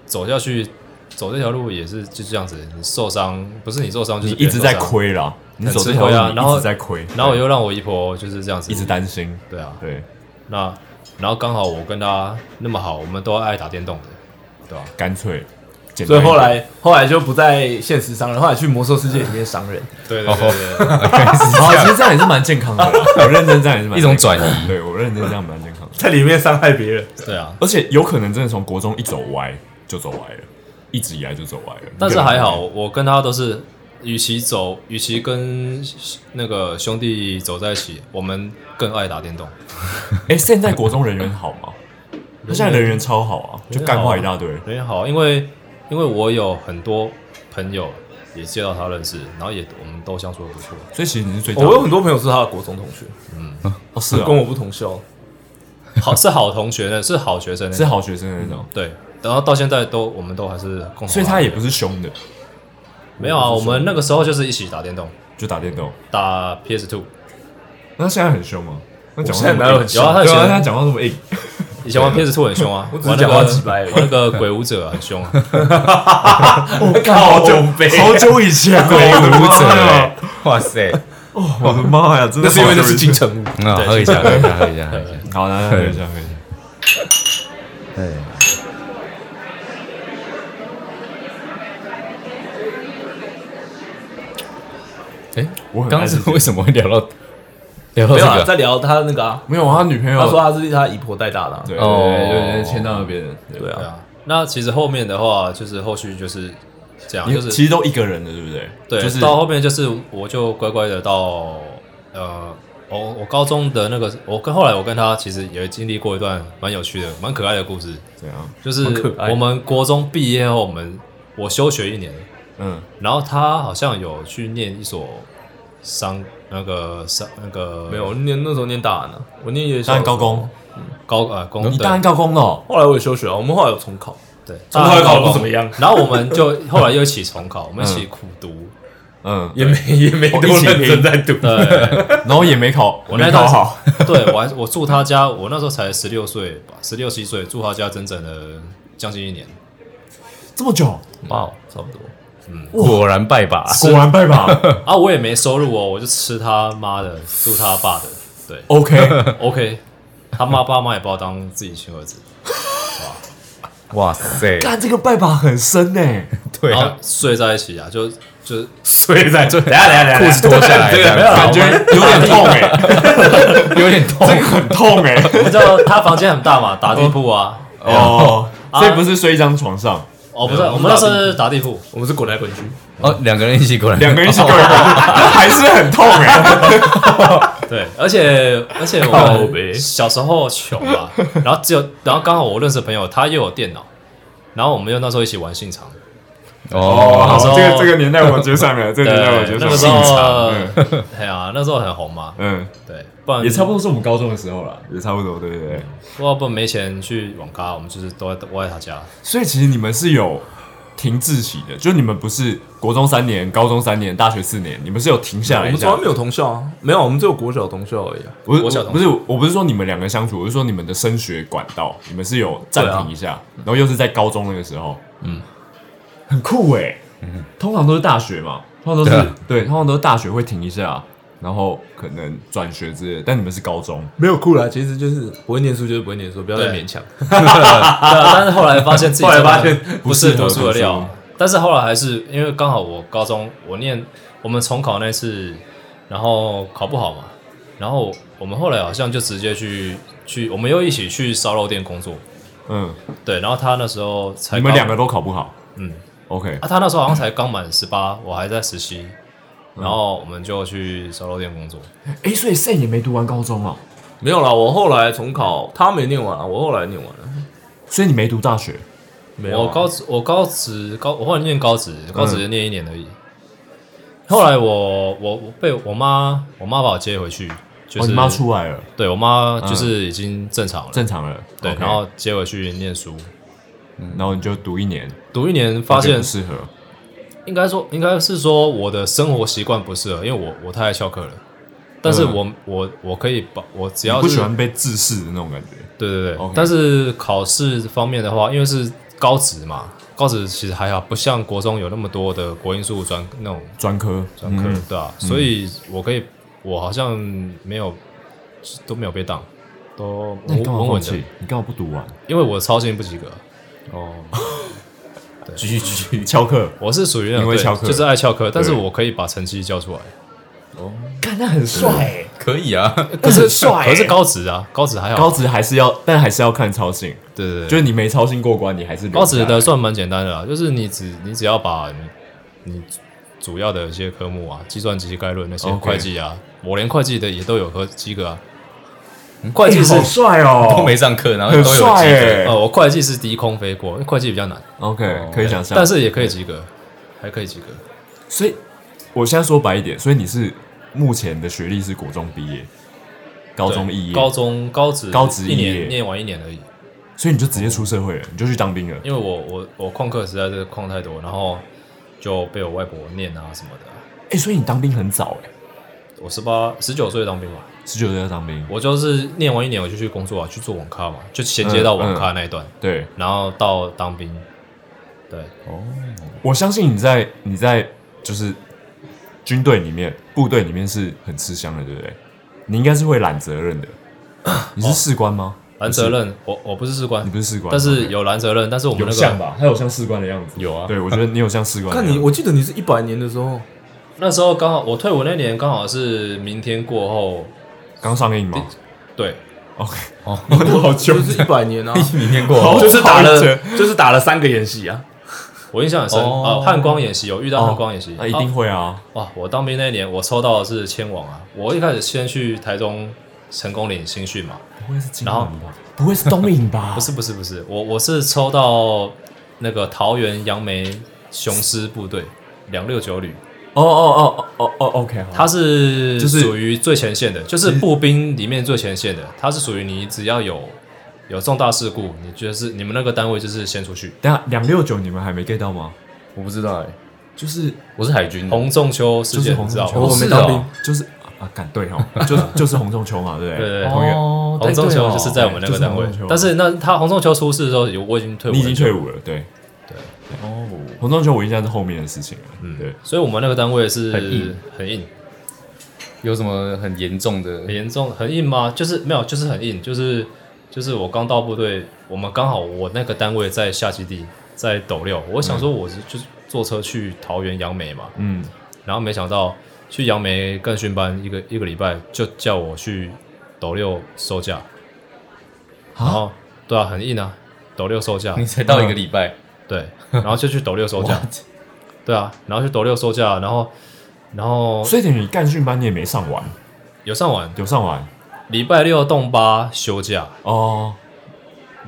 走下去。走这条路也是就这样子，你受伤不是你受 伤，就你是一直在亏。亏啦，你走这很吃条亏啊路然你后一直在亏，然后我又让我姨婆就是这样子一直担心。对啊，对，那然后刚好我跟她那么好，我们都爱打电动的，对吧、干脆简单一点。所以后来后来就不在现实伤人，后来去魔兽世界里面 伤人。对对对对对， 哦，其实这样也是蛮健康的啦。我认真这样也是蛮一种健康的转移对我认真这样蛮健康 的。在里面伤害别人，对啊。而且有可能真的从国中一走歪就走歪了，一直以来就走歪了。但是还好，我跟她都是，与其走，与其跟那个兄弟走在一起，我们更爱打电动。哎、现在国中人缘好吗？他现在人缘超好啊，就干话一大堆。人也哎好，因为因为我有很多朋友也介绍他认识，然后也我们都相处的不错。所以其实你是最大哦我的有很多朋友是他的国中同学，哦是啊跟，我不同校。 好是好同学呢，是好学生呢，是好学生的那嗯种，对。然后到现在都，我们都还是共同，所以他也不是凶的，没有啊，我们那个时候就是一起打电动，就打电动。打 PS Two。那他现在很凶吗？那讲话我现在哪有很凶？对凶啊，他有啊他以现前在讲话这么硬，以前玩 PS Two 很凶啊， 我我只是讲话几百而已玩那个鬼舞者很凶啊，我靠， 好久没好久以前哦 了，鬼我的舞者妈呀哦欸，哇塞，哦我的妈呀，真的那是因为那好久是以金前。城武， 嗯，喝一下，喝一下，喝一下，喝一下。好，来来喝一下，喝一下。对，哎，我很刚刚爱自是己为什么会聊到聊到没这有啊，个？在聊他那个啊，没有啊，他女朋友他说他是他姨婆带大的啊，对哦对对对，牵到那边，对对对啊，啊。那其实后面的话，就是后续就是这样，你就是其实都一个人的，对不对？对，就是到后面就是我就乖乖的到呃，我我高中的那个，我跟后来我跟他其实也经历过一段蛮有趣的、蛮可爱的故事，怎样？就是蛮可爱我们国中毕业后，我们我休学一年，嗯，然后他好像有去念一所商那个商那个没有，我念那时候念大安啊，我念夜大校的安时高候，工，高呃工嗯你对大安高工的哦，后来我也休学啊了，我们后来有重考，对，重考也考得不怎么样，然后我们就后来又一起重考，我们一起苦读。嗯，也没也没多哦一起认真拼在读，对，然后也没考，我没那考段时好，对我还我住他家，我那时候才十六岁吧，十六七岁住他家整整的将近一年。这么久，哇，差不多，果然拜把，果然拜把啊，我也没收入哦，我就吃他妈的，住他爸的。对 ，OK， ，OK，他妈爸妈也把我当自己亲儿子，哇塞，干这个拜把很深呢，对然啊后，睡在一起啊，就就所以在等一下等裤一下等一子下，脱下来，这个这样没有感觉有点痛哎，有点痛 这。个很痛哎， 你知道他房间很大嘛，打地铺啊。哦，啊所以不是睡一张床上，哦，不是，我们那时候是打地铺，我们是滚来滚去，哦，两个人一起过来，两个人一起过来，还是很痛哎，对，而且而且靠我北们小时候穷嘛，然后只有，然后刚好我认识的朋友，他又有电脑，然后我们又那时候一起玩信长，哦，哦，好那时候这个这个年代我接上了，这个年代我接对，上那个了，时信长候 嗯， 哎呀，那时候很红嘛，嗯，对，不然也差不多是我们高中的时候了，也差不多，对对对。不然不然没钱去网咖，我们就是都在窝在 他家，所以其实你们是有停滞期的，就你们不是国中三年、高中三年、大学四年，你们是有停下我来一们从下来。没有同校啊，没有，我们只有国小同校而已啊，不是国小同不是，我不是说你们两个相处，我是说你们的升学管道，你们是有暂啊停一下，然后又是在高中那个时候，嗯，很酷哎、通常都是大学嘛，通常都是对啊对，通常都是大学会停一下，然后可能转学之类的，但你们是高中，没有酷啦，其实就是不会念书就是不会念书，不要再对勉强，对啊，但是后来发现自己后来发真的不不是适合读书的读书料，但是后来还是因为刚好我高中我念我们重考那次，然后考不好嘛，然后我们后来好像就直接去去，我们又一起去烧肉店工作，嗯，对，然后他那时候才你们刚两个都考不好嗯， ，OK，啊，他那时候好像才刚满十八，我还在实习，然后我们就去烧肉店工作，哎、所以 Sen 也没读完高中哦，没有啦，我后来重考，他没念完啊，我后来念完了，所以你没读大学，没有啊我高职，我高职高，我后来念高职，嗯高职念一年而已。后来我我我被我妈我妈把我接回去，就哦，是、你妈出来了，对我妈就是已经正常了，正常了，对 OK 嗯然后接回去念书，然后你就读一年，读一年发觉得现不适合，应该说应该是说我的生活习惯不适合，因为我我太爱翘课了，但是嗯我、我我可以把我只你要不是喜欢被制式的那种感觉，对对对 OK 但是考试方面的话，因为是高职嘛，高职其实还好，不像国中有那么多的国英数专那种专科，专科，嗯对啊，所以我可以，我好像没有都没有被当，都那你稳干嘛放稳稳的弃，？你干嘛不读完？因为我操心不及格，继续继 续，翘课，我是属于那种因为对翘课就是爱翘课，但是我可以把成绩交出来，干那很帅欸，可以啊， 可是帅欸 可是高职啊，高职还好，高职还是要，但还是要看操性，对对就对，是你没操性过关，你还是留高职下来的算蛮简单的啦，就是你只你只要把你你主要的一些科目啊，计算机概论那些 OK 会计啊，我连会计的也都有和及格啊，会计是欸好帅哦，都没上课，然后很都有帅记得。哎呃，我会计是低空飞过，因为会计比较难。 ，OK，可以想象，但是也可以及格，还可以及格。所以我现在说白一点，所以你是目前的学历是国中毕业，高中对肄业，高中高职高职肄一业年念完一年而已，所以你就直接出社会了，你就去当兵了，因为我我我旷课实在是旷太多，然后就被我外婆念啊什么的。哎，所以你当兵很早哎，我十八十九岁当兵嘛，十九岁要当兵，我就是念完一年我就去工作啊，去做网咖嘛，就衔接到网嗯咖那一段，对。然后到当兵。对，我相信你在你在就是军队里面、部队里面是很吃香的，对不对？你应该是会揽责 任的。你是士官吗？蓝哦责任，我我不是士官你，不是士官，但是有蓝责任，但是我们那个吧？他有像士官的样子。有啊对我觉得你有像士官的看样子。你，我记得你是一百年的时候，那时候刚好我退伍那年刚好是明天过后，刚上映吗？对，好久就是一 百年啊，明天过后，就是打好久了就是打了三个演习啊，我印象很深哦啊，汉光演习有遇到汉光演习，那一定啊会哦啊，哇！我当兵那一年我抽到的是迁往啊，我一开始先去台中成功领新训嘛，不会是金然后吧？不会是东影吧？不是不是不是，我我是抽到那个桃园杨梅雄狮部队两六九旅，哦哦哦哦哦，OK，好它是就是嗯属于最前线的，就是步兵里面最前线的，它是属于你只要有有重大事故，你就是你们那个单位就是先出去。等一下两六九你们还没 get 到吗？我不知道哎，就是我是海军的，洪仲秋事嗯就是件，洪你知道仲吗哦秋，哦我没当兵，就是啊，敢对哦，就是就是洪仲秋嘛，对不对对对同一个哦，洪仲秋就是在我们那就个是单洪位仲秋，啊但是那他洪仲秋出事的时候，我已经退伍，你已经退，伍了，对哦，洪仲秋我印象是后面的事情了，嗯，对，所以我们那个单位是很硬很硬，有什么很严重的很严重，很硬吗？就是没有，就是很硬，就是就是我刚到部队，我们刚好我那个单位在下基地，在斗六，我想说我是就是坐车去桃园杨梅嘛，嗯，然后没想到去杨梅干训班一个一个礼拜，就叫我去斗六收啊假，然后对啊，很硬啊，斗六收假，你才到一个礼拜，对，然后就去斗六收假，对啊，然后去斗六收假，然后然后所以等于干训班你也没上完，有上完，有上完礼拜六动八休假，哦，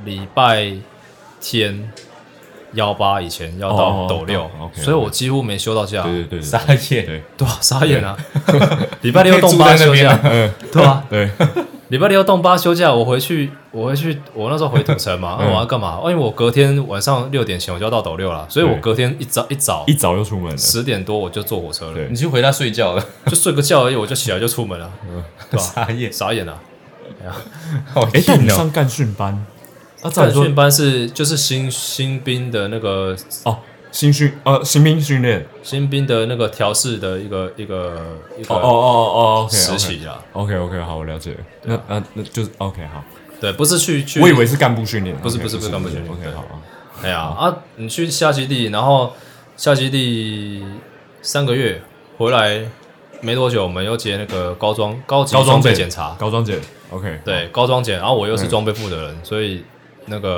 礼拜天幺八以前要到哦斗六哦，OK，OK 所以我几乎没休到假，啊对对对傻对眼，对啊，傻 眼啊，礼拜六动八你可以休住在假 那，嗯对啊，对， 礼拜六动八休假，我回去，我回去，我那时候回土城嗯嘛，啊我要干嘛？哦因为我隔天晚上六点前我就要到斗六了，所以我对隔天一早一早一早就出门了，十点多我就坐火车了对，你去回家睡觉了， 就睡个觉而已，我就起来就出 门了，对吧？傻眼，傻眼啊！好哎，但你硬哦上干训班，啊，照战理说训班是就是新新兵的那个哦，新训呃新兵训练，新兵的那个调试的一个一个一哦哦个哦哦，实习啊， ，OK OK，好，我了解了，那那那就是 OK 好，对，不是去去，我以为是干部训练，不是 OK，不是不是干部训练，OK 对好啊，哎呀啊，你去下基地，然后下基地三个月回来没多久，我们又接那个高装高级高装嗯装备检检查，高装检，OK，对高装检，然后我又是装备部的人，所以那个、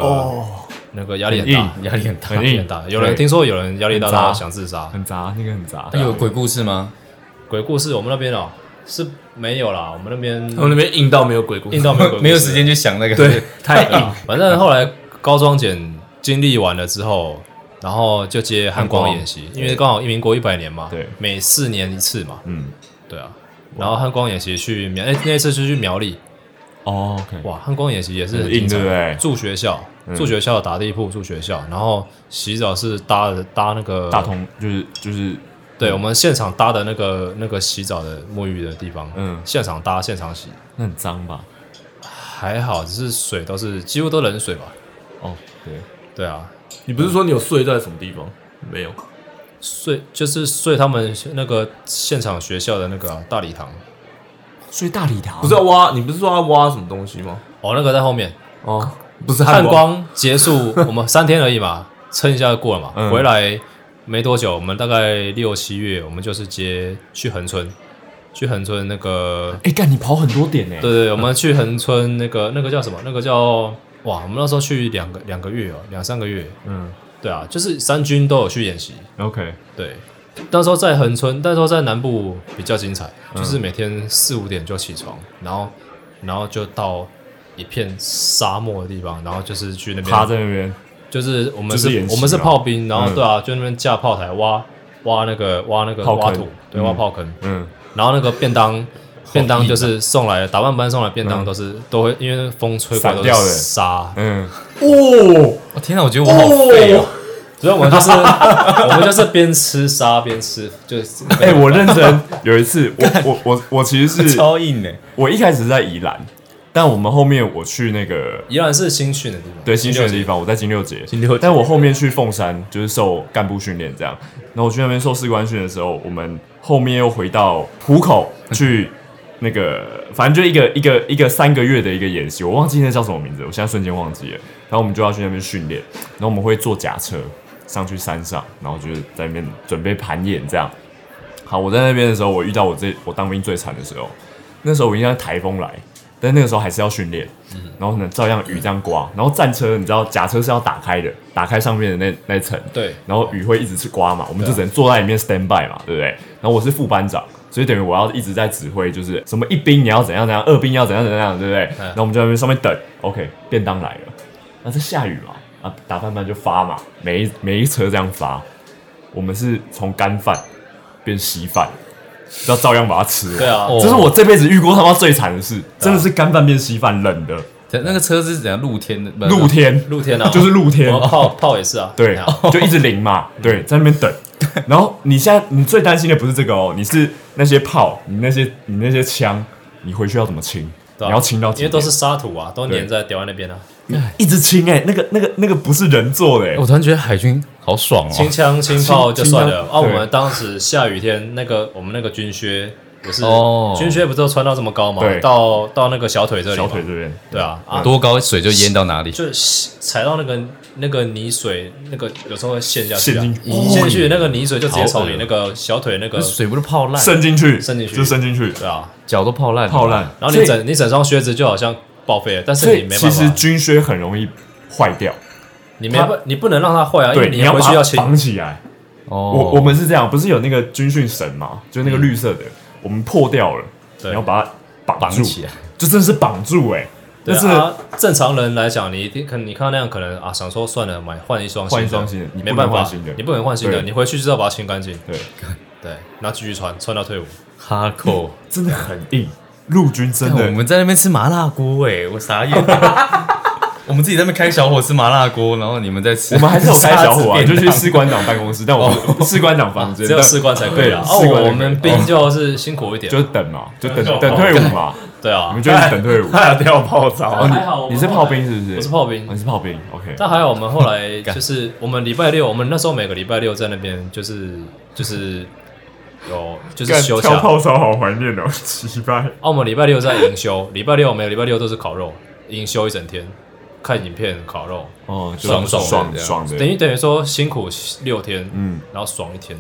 那个压力很大，压力很大哦很压力硬很，大。有人对听说有人压力大到很杂想自杀，很杂，那个很杂，有鬼故事吗？鬼故事我们那边哦是没有啦，我们那边我们那边硬到没有鬼故事硬，到没有鬼故事没有时间去想那个，对，太对硬啊。反正后来高装检经历完了之后，然后就接汉光演习，因为刚好民国一百年嘛，嗯对每四年一次嘛，嗯，对啊。然后汉光演习去苗，哎、那次是去苗栗，哦，OK，哇，汉光演习也是很很硬精彩对不对嗯住学校，住学校打地铺，住学校，然后洗澡是搭的搭那个大，同就是就是对我们现场搭的那个那个洗澡的沐浴的地方，嗯现场搭现场洗，那很脏吧？还好，只是水都是几乎都冷水吧，哦，对，对啊，你不是说你有睡在什么地方？没有，睡就是睡他们那个现场学校的那个啊、大礼堂，所以大啊礼堂不是要挖，你不是说要挖什么东西吗？哦，那个在后面。哦，不是汉汉光，光结束，我们三天而已嘛， 撑一下就过了嘛。嗯回来没多久，我们大概六七月，我们就是接去恒春，去恒春那个，哎，干你跑很多点呢，对对，我们去恒春那个那 个叫什么？那个叫哇，我们那时候去两个两个月哦，两三个月。嗯对啊，就是三军都有去演习， ，OK，对，那时候在恒春，那时候在南部比较精彩，嗯就是每天四五点就起床，然后然后就到一片沙漠的地方，然后就是去那趴边，在那边，就是我们就是是演习我们是啦炮兵，然后嗯对啊，就那边架炮台挖挖那个挖那个炮挖坑土，对，挖嗯炮坑，嗯，然后那个便当。啊便当就是送来的，打扮班送来的便当都是、都会，因为那个风吹过嗯散来都掉是的沙，嗯，我哦天哪，我觉得我好废哦，所以我们 就是我们就是边吃沙边吃，就是哎，我认 真有一次，我我我我其实 是超硬哎，我一开始是在宜兰，但我们后面我去那个依然是新训的地方，对新训的地方，我在金六节，六节但我后面去凤山就是受干部训练这样。然后我去那边受士官训的时候，我们后面又回到虎口 去那个，反正就一个一个一个三个月的一个演习，我忘记那叫什么名字，我现在瞬间忘记了。然后我们就要去那边训练，然后我们会坐甲车上去山上，然后就是在那边准备盘演这样。好，我在那边的时候，我遇到我最我当兵最惨的时候，那时候我印象台风来，但那个时候还是要训练，然后呢照样雨这样刮，然后战车你知道甲车是要打开的，打开上面的那那层，对然后雨会一直去刮啊嘛，我们就只能坐在里面 stand by 嘛，对不对？然后我是副班长，所以等于我要一直在指挥，就是什么一兵你要怎样怎样，二兵要怎样怎样，对不对？然后我们就在那边上面等，OK，便当来了，那这下雨嘛，啊打饭饭就发嘛，每一每一车这样发，我们是从干饭变稀饭，要照样把它吃完。对啊哦这是我这辈子遇过他妈最惨的事，真的是干饭变稀饭，冷的那个车是怎样露天的？不露，天，啊露天啊，就是露天我，们 泡泡也是啊，对， 就一直淋 嘛，对，在那边等。然后你现在你最担心的不是这个哦，你是那些炮，你那些你那些枪，你回去要怎么清？对啊你要清到几因为点都是沙土啊，都粘在吊在那边啊，一直清哎、那个那个那个不是人做的哎、哦我突然觉得海军好爽清哦。枪清炮就算了清啊。枪我对们当时下雨天，那个我们那个军靴也是哦，军靴不是都穿到这么高嘛，对到到那个小腿这里嘛，小腿这边，对啊啊，多高水就淹到哪里？就踩到那个那个泥水，那个有时候会陷下去、陷啊进，啊陷进去那个泥水就直接好从恶你那个小腿那个那，水不是泡烂，伸进去，哎伸进去就伸进去，对啊，脚都泡烂，泡烂。。然后所你以整你整双靴子就好像报废了，但是所你以没其办实法，军靴很容易坏掉，你没办你不能让它坏啊，因为对，你你要回把去要它清，绑起来。哦，我我们是这样，不是有那个军训绳嘛，就是那个绿色的，我们破掉了，嗯对你要把它绑绑住，起来，就真的是绑住哎，对但啊是啊，正常人来讲，你一定可能你看到那样，可能啊想说算了，买换一双换一新的双新的你没不办能法换新的，你不能换新的，对你回去就要把它清干净，对，啊对，然后继续穿，穿到退伍，哈扣。真的很硬，陆军真但我的们在那边吃麻辣锅，哎，我 傻眼。我们自己在那边开小火吃麻辣锅，然后你们在吃，我们还是有开小 火啊，沙子便就当去士官长办公室，但我们士官长房间只有但士官才可以对啊，哦士官才可，以哦我们兵就是辛苦一点，就是等嘛，就等等退伍嘛，对我啊们，就是等退伍。他有掉炮然后仗，还好我你们你是炮兵是不是？我是炮兵哦，你是炮兵，OK。但还好我们后 来就是我们礼拜六，我们那时候每个礼拜六在那边就是就是有就是干休跳假。炮操好怀念哦， 奇怪。澳门礼拜六在营休，礼拜六每个礼拜六都是烤肉，营休一整天，看影片烤肉，哦，就爽爽的爽这样爽的，等于等于说辛苦六天，嗯，然后爽一天，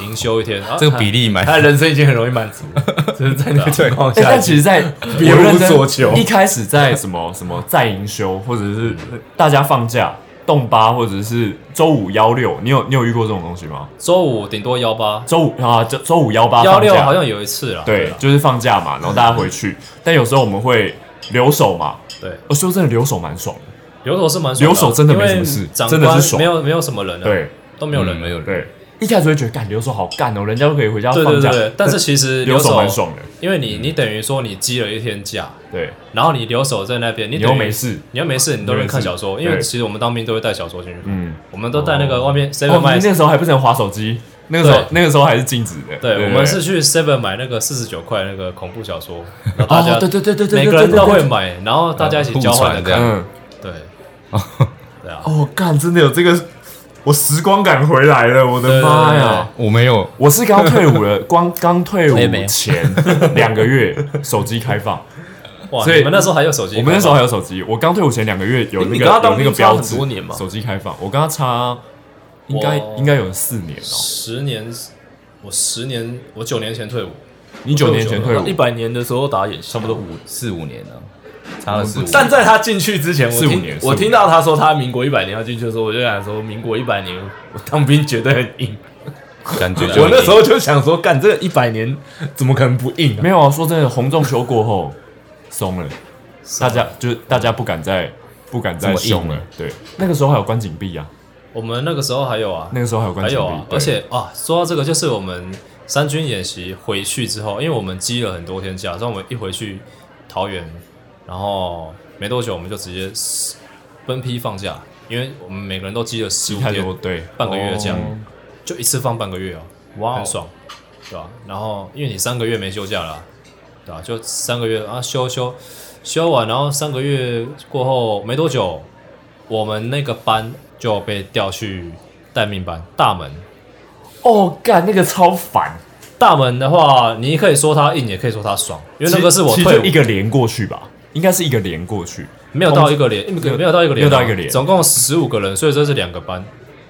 营休一天，啊 这个比 例蛮他的人生已经很容易满足了，只是在那个情况欸、下但，其实在，别我无认真所求一开始在什么什么在营休，或者是大家放假、动八，或者是周五幺六，你有你有遇过这种东西吗？周五顶多幺八，周五啊，周周五幺八幺六好像啊嗯有一次啦，对啦，就是放假嘛，然后大家回去。但有时候我们会留守嘛，对，我说真的留守蛮爽的，留守是蛮爽的啊，留守真的没因为什么事长真的是官爽没有没有什么人啊，，对嗯都没有人，没有人。对。一开始会觉得干留守好干哦，人家都可以回家对放对假，对对，但是其实留留守守蛮爽的，嗯因为你你等于说你积了一天假，对，然后你留守在那边，你你等又于没，事，你又没事，你都能看小说，因为对其实我们当兵都会带小说进去看，嗯，我们都带那个外面 seven 哦，买那，时候还不能划手机，那个时候对那个时候还是禁止的，对我们是去 seven 买那个四十九块那个恐怖 小说，然后大哦，家对对对对对，每个人都会买，然后大家一起交换互的看，传嗯， 对，对啊，哦，干，真的有这个，我时光感回来了，我的妈对对对呀！我没有，我是刚退伍了， 光刚退我也没伍有前两个月手机开放，哇，所以你们那时候还有手机，我们那时候还有手机，我刚退伍前两个月有那你个跟他有当那兵个标差志很多年嘛手机开放，我跟他差应该我应该有四年哦，十年，我十年，我九年前退伍，你九年前退伍一，百年的时候打演，差不多五。四五年了，差了四五年。但在他进去之前，我四五听年四五我听到他说他民国一百年要进去的时候，我就想说民国一百年，我当兵绝对很硬。感觉就我那时候就想说，干这一百年怎么可能不硬啊？没有啊，说真的，红中秋过后松了，大家就是大家不敢再不敢再这么硬凶了，对，那个时候还有关紧闭啊，我们那个时候还有啊，那个时候还有关还紧有闭啊，，对而且啊，说到这个，就是我们三军演习回去之后，因为我们积了很多天假，所以我们一回去桃园，然后没多久我们就直接分批放假，因为我们每个人都积了十五其他天，就对半个月的假，哦就一次放半个月哦，哇、很爽，对吧、然后因为你三个月没休假了啊、对吧、就三个月啊，休休休完，然后三个月过后没多久，我们那个班就被调去待命班大门。哦，干那个超烦，大门的话，你可以说它硬，也可以说它爽，因为那个是我其实退就一伍个连过去吧，应该是一个连过去。没有到一个连，没有没有到一个连啊，没有到一个连总共十五个人，所以这是两个班，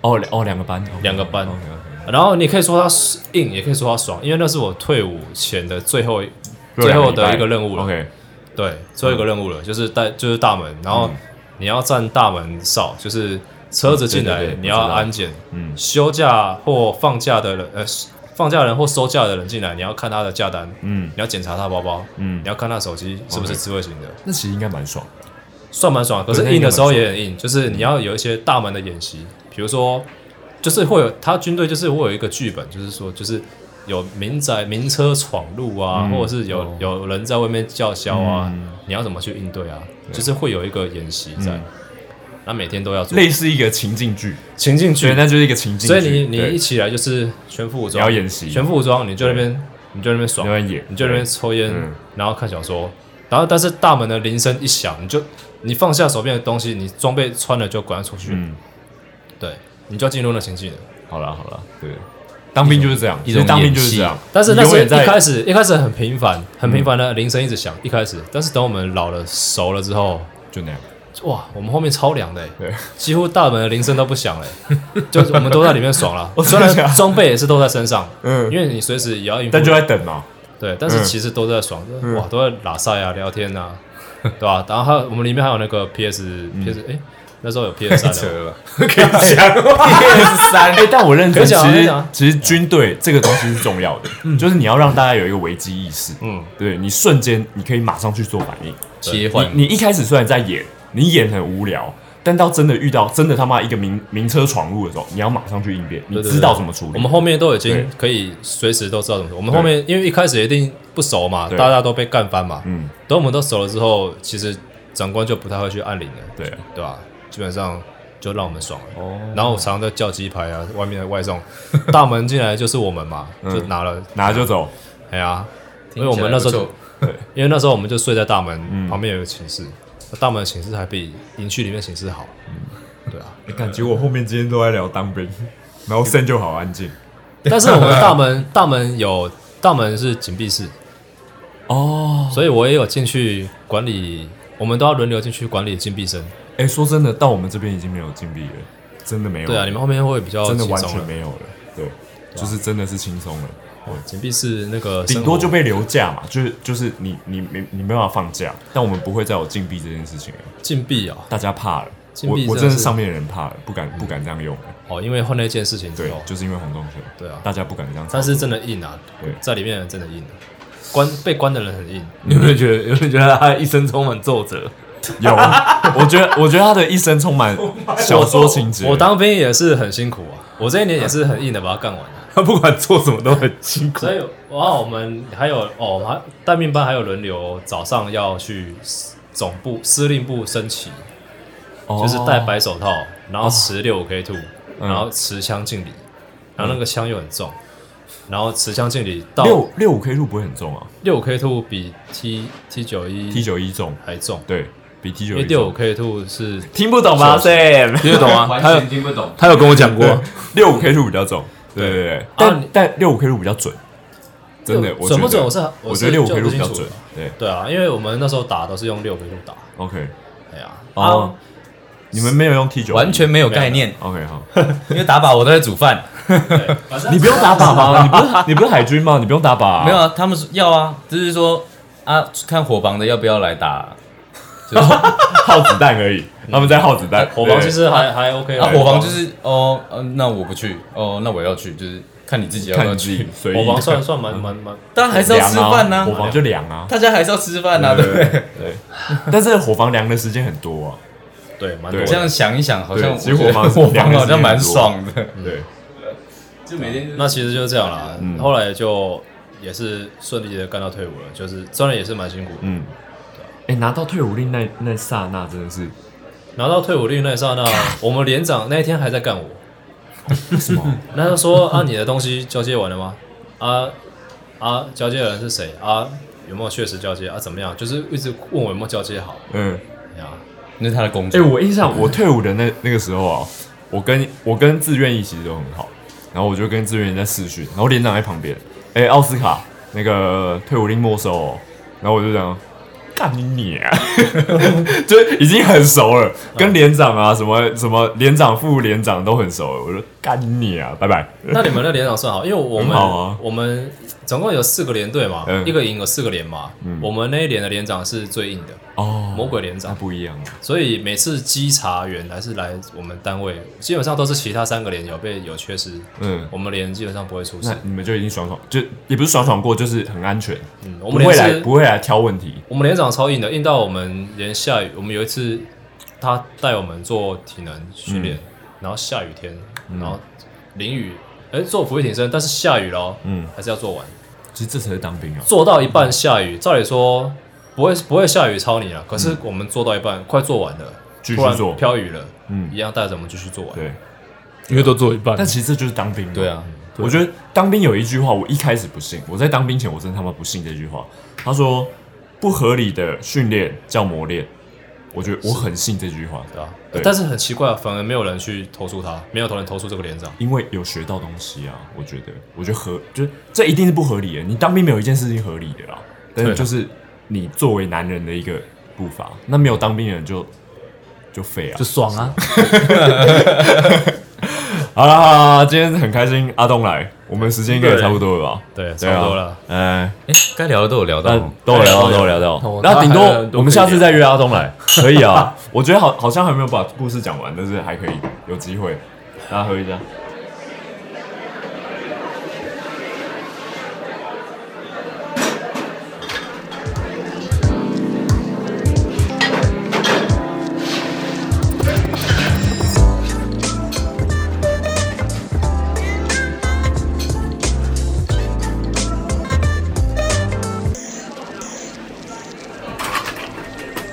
哦两哦，两个班，两个班 OK，OK，OK 然后你可以说它硬，也可以说它爽，因为那是我退伍前的最后一最最后的一个任务了。 OK，嗯对，最后一个任务了，就是带就是大门，然后你要站大门哨，就是车子进来、对对对你要我知道安检，嗯休假或放假的人，呃，放假人或收假的人进来，你要看他的假单，嗯你要检查他的包包，嗯你，要看他手机是不是 OK 智慧型的，那其实应该蛮爽。算蛮爽的。可对是那硬应该的时候蛮爽也很硬，就是你要有一些大门的演习，比如说，就是会有他军队就是会有一个剧本，就是说就是。有民宅、民车闯入啊，嗯或者是有、有人在外面叫嚣啊，嗯你要怎么去应对啊？就是会有一个演习在嗯，那、每天都要做类似一个情境剧，情境剧对，，那就是一个情境剧。所以你你对一起来就是全副武装，你要演习全副武装，你就那边你就那边爽你，在那边演，你就那边抽烟嗯，然后看小说，然后但是大门的铃声一响，你就你放下手边的东西，你装备穿了就滚出去，嗯，对，你就要进入那情境了。好了好了，对，当兵就是这样，一其种实当兵演就是戏这样，但是你那永时候远在嗯一开始一开始很频繁，很频繁的铃声一直响，一开始，但是等我们老了熟了之后，就那样，哇，我们后面超凉的、欸，对，几乎大门的铃声都不响了、欸，就是我们都在里面 爽了。虽哦真的假然的装备也是都在身上，嗯因为你随时也要应付，但就在等 嘛，对，但是嗯其实都在爽，哇，都在拉塞啊、聊天啊， 对吧、然后还有我们里面还有那个 PS 嗯 PS，哎、那时候有 PS 三 的，了，哎、但我认可真，以讲啊其可以实讲啊其实军队这个东西是重要的，就是你要让大家有一个危机意识，嗯，对你瞬间你可以马上去做反应。切换你你一开始虽然在演，你演很无聊，但到真的遇到真的他妈一个名名车闯入的时候，你要马上去应变，你对对知道怎么处理。我们后面都已经对可以随时都知道怎么做。我们后面因为一开始一定不熟嘛，对大家都被干翻嘛，嗯，等我们都熟了之后，其实长官就不太会去按铃了，对哦啊对吧、基本上就让我们爽了。然后我常常在叫鸡排啊，外面的外送，大门进来就是我们嘛，嗯就拿了，拿就走，哎呀，因为我们那时候就 因为那时候我们就睡在大门、嗯旁边有个寝室，大门的寝室还比营区里面的寝室好，嗯对啊。你看，结果后面今天都在聊当兵， 然后 Sen 就好安静但是我们大门 大门有大门是紧闭式，哦。所以我也有进去管理，我们都要轮流进去管理禁闭哦生。哎、说真的，到我们这边已经没有禁闭了，真的没有了。对啊，你们后面会比较真的轻完松啊全了。没有了，对，就是真的是轻松了。紧闭式那个生顶活多就被留假嘛，就是就是你你没你没办法放假，但我们不会再有禁闭这件事情了，禁闭啊，大家怕了，禁我闭我真的真的是是上面的人怕了，不敢不敢这样用了，哦，因为换了一件事情之对后，，就是因为红洞穴，对啊大家不敢这样操作，但是真的硬啊对，在里面的人真的硬啊，关被关的人很硬，你有没有觉得？有没有觉得他一生充满皱褶？有，啊我觉得我觉得他的一生充 满 小说情节，我当兵也是很辛苦啊，我这一年也是很硬的把它干完啊了。 他不管做什么都很辛苦。所以，然后我们还有哦，我们还待命班还有轮流，早上要去总部司令部升旗，哦就是戴白手套，然后持六五 K 哦 two，然嗯后持枪敬礼，然后那个枪又很重，然后持枪敬礼到六六五 K 入不会很重啊六五 K two 比 T T 九，T 一九一重，还重，对比 T 因九为一六五重，啊 K two 是听不懂吧？Sam， 听得懂吗？完他有全听不懂。他有跟我讲过，六五 K 入比较重，对对对，但你但六五 K 入比较准，真的，我准不觉得准？我是我是觉得六五 K 就入不比清较楚准，对对啊，因为我们那时候打都是用六 K two 打， ，OK。哎呀，哦啊，你们没有用 T 九，完全没有概念， OK 好。因为打靶我都在煮饭，对反正你不用打靶吗？ 你不是你不是海军吗？你不用打靶、没有啊，他们说要啊，就是说啊，看火房的要不要来打，就是 说啊，耗子弹而已，他们在耗子弹。哎火房其对实还还 OK 啊火房就是哦，呃那我不去，哦，那我要去，就是看你自己要不要看自去己，随意。火房算算蛮蛮蛮，当然还是要吃凉饭啊呐火，房就凉啊。大家还是要吃饭呐，对不对？对，但是火房凉的时间很多啊。对，蛮多对这的。样想一想，好像对我其实觉得火房是火房两个好像是蛮很多爽的，对，就每天那其实就是这样啦，后来就也是顺利的干到退伍了，就是虽然也是蛮辛苦的，嗯。哎、拿到退伍令那那刹那真的 是拿到退伍令那一 刹那，我们连长那一天还在干我，什么？那他说啊，你的东西交接完了吗？啊啊，交接的人是谁啊？有没有确实交接啊？怎么样？就是一直问我有没有交接好哎嗯，呀？那是他的工哎、作，我印象我退伍的那那个时候啊，我跟我跟志愿役其实都很好，然后我就跟志愿役在试训，然后连长在旁边，哎、奥斯卡那个退伍令没收、哦，然后我就讲，干你娘， 就是已经很熟了，跟连长啊什么什么连长、副连长都很熟了。我说干你娘，拜拜。 那你们的连长算好，因为我们、很好啊我们总共有四个连队嘛，嗯一个营有四个连嘛，我们那一连的连长是最硬的哦，魔鬼连那长，不一样啊，所以每次稽查员还是来我们单位，基本上都是其他三个连有被有缺失，嗯。我们连基本上不会出事那。你们就已经爽爽，就也不是爽爽过，就是很安全，嗯，我不们会连来是不会来挑问题。我们连长超硬的，硬到我们连下雨，我们有一次他带我们做体能训练，嗯然后下雨天，然后淋雨，哎、做俯卧撑，但是下雨了，嗯嗯，还是要做完，其实这才是当兵啊，做到一半下雨，照理说不会不会下雨超你啊，可是我们做到一半、快做完了，继续突然做飘雨了，嗯嗯，一样带着我们继续做完，对。因为都做一半但其实这就是当兵嘛。对啊，我觉得当兵有一句话，我一开始不信，我在当兵前我真他妈不信这句话。他说不合理的训练叫磨练，我觉得我很信这句话，对啊，对但是很奇怪，反而没有人去投诉他，没有人投诉这个连长，因为有学到东西啊。我觉得，我觉得合就是这一定是不合理的。你当兵没有一件事情合理的啦，但对是啊就是你作为男人的一个步伐，那没有当兵的人就就废啊，就爽啊，好了，好啦今天很开心，阿东来，我们时间应该也差不多了吧？对，对啊差不多了。，哎，哎，该聊的都有聊到那哦，都有聊到，都有哎聊哦到。那顶那还有多都我们下次再约阿东来，可以 啊。我觉得好，好像还没有把故事讲完，但是还可以，有机会，大家喝一下。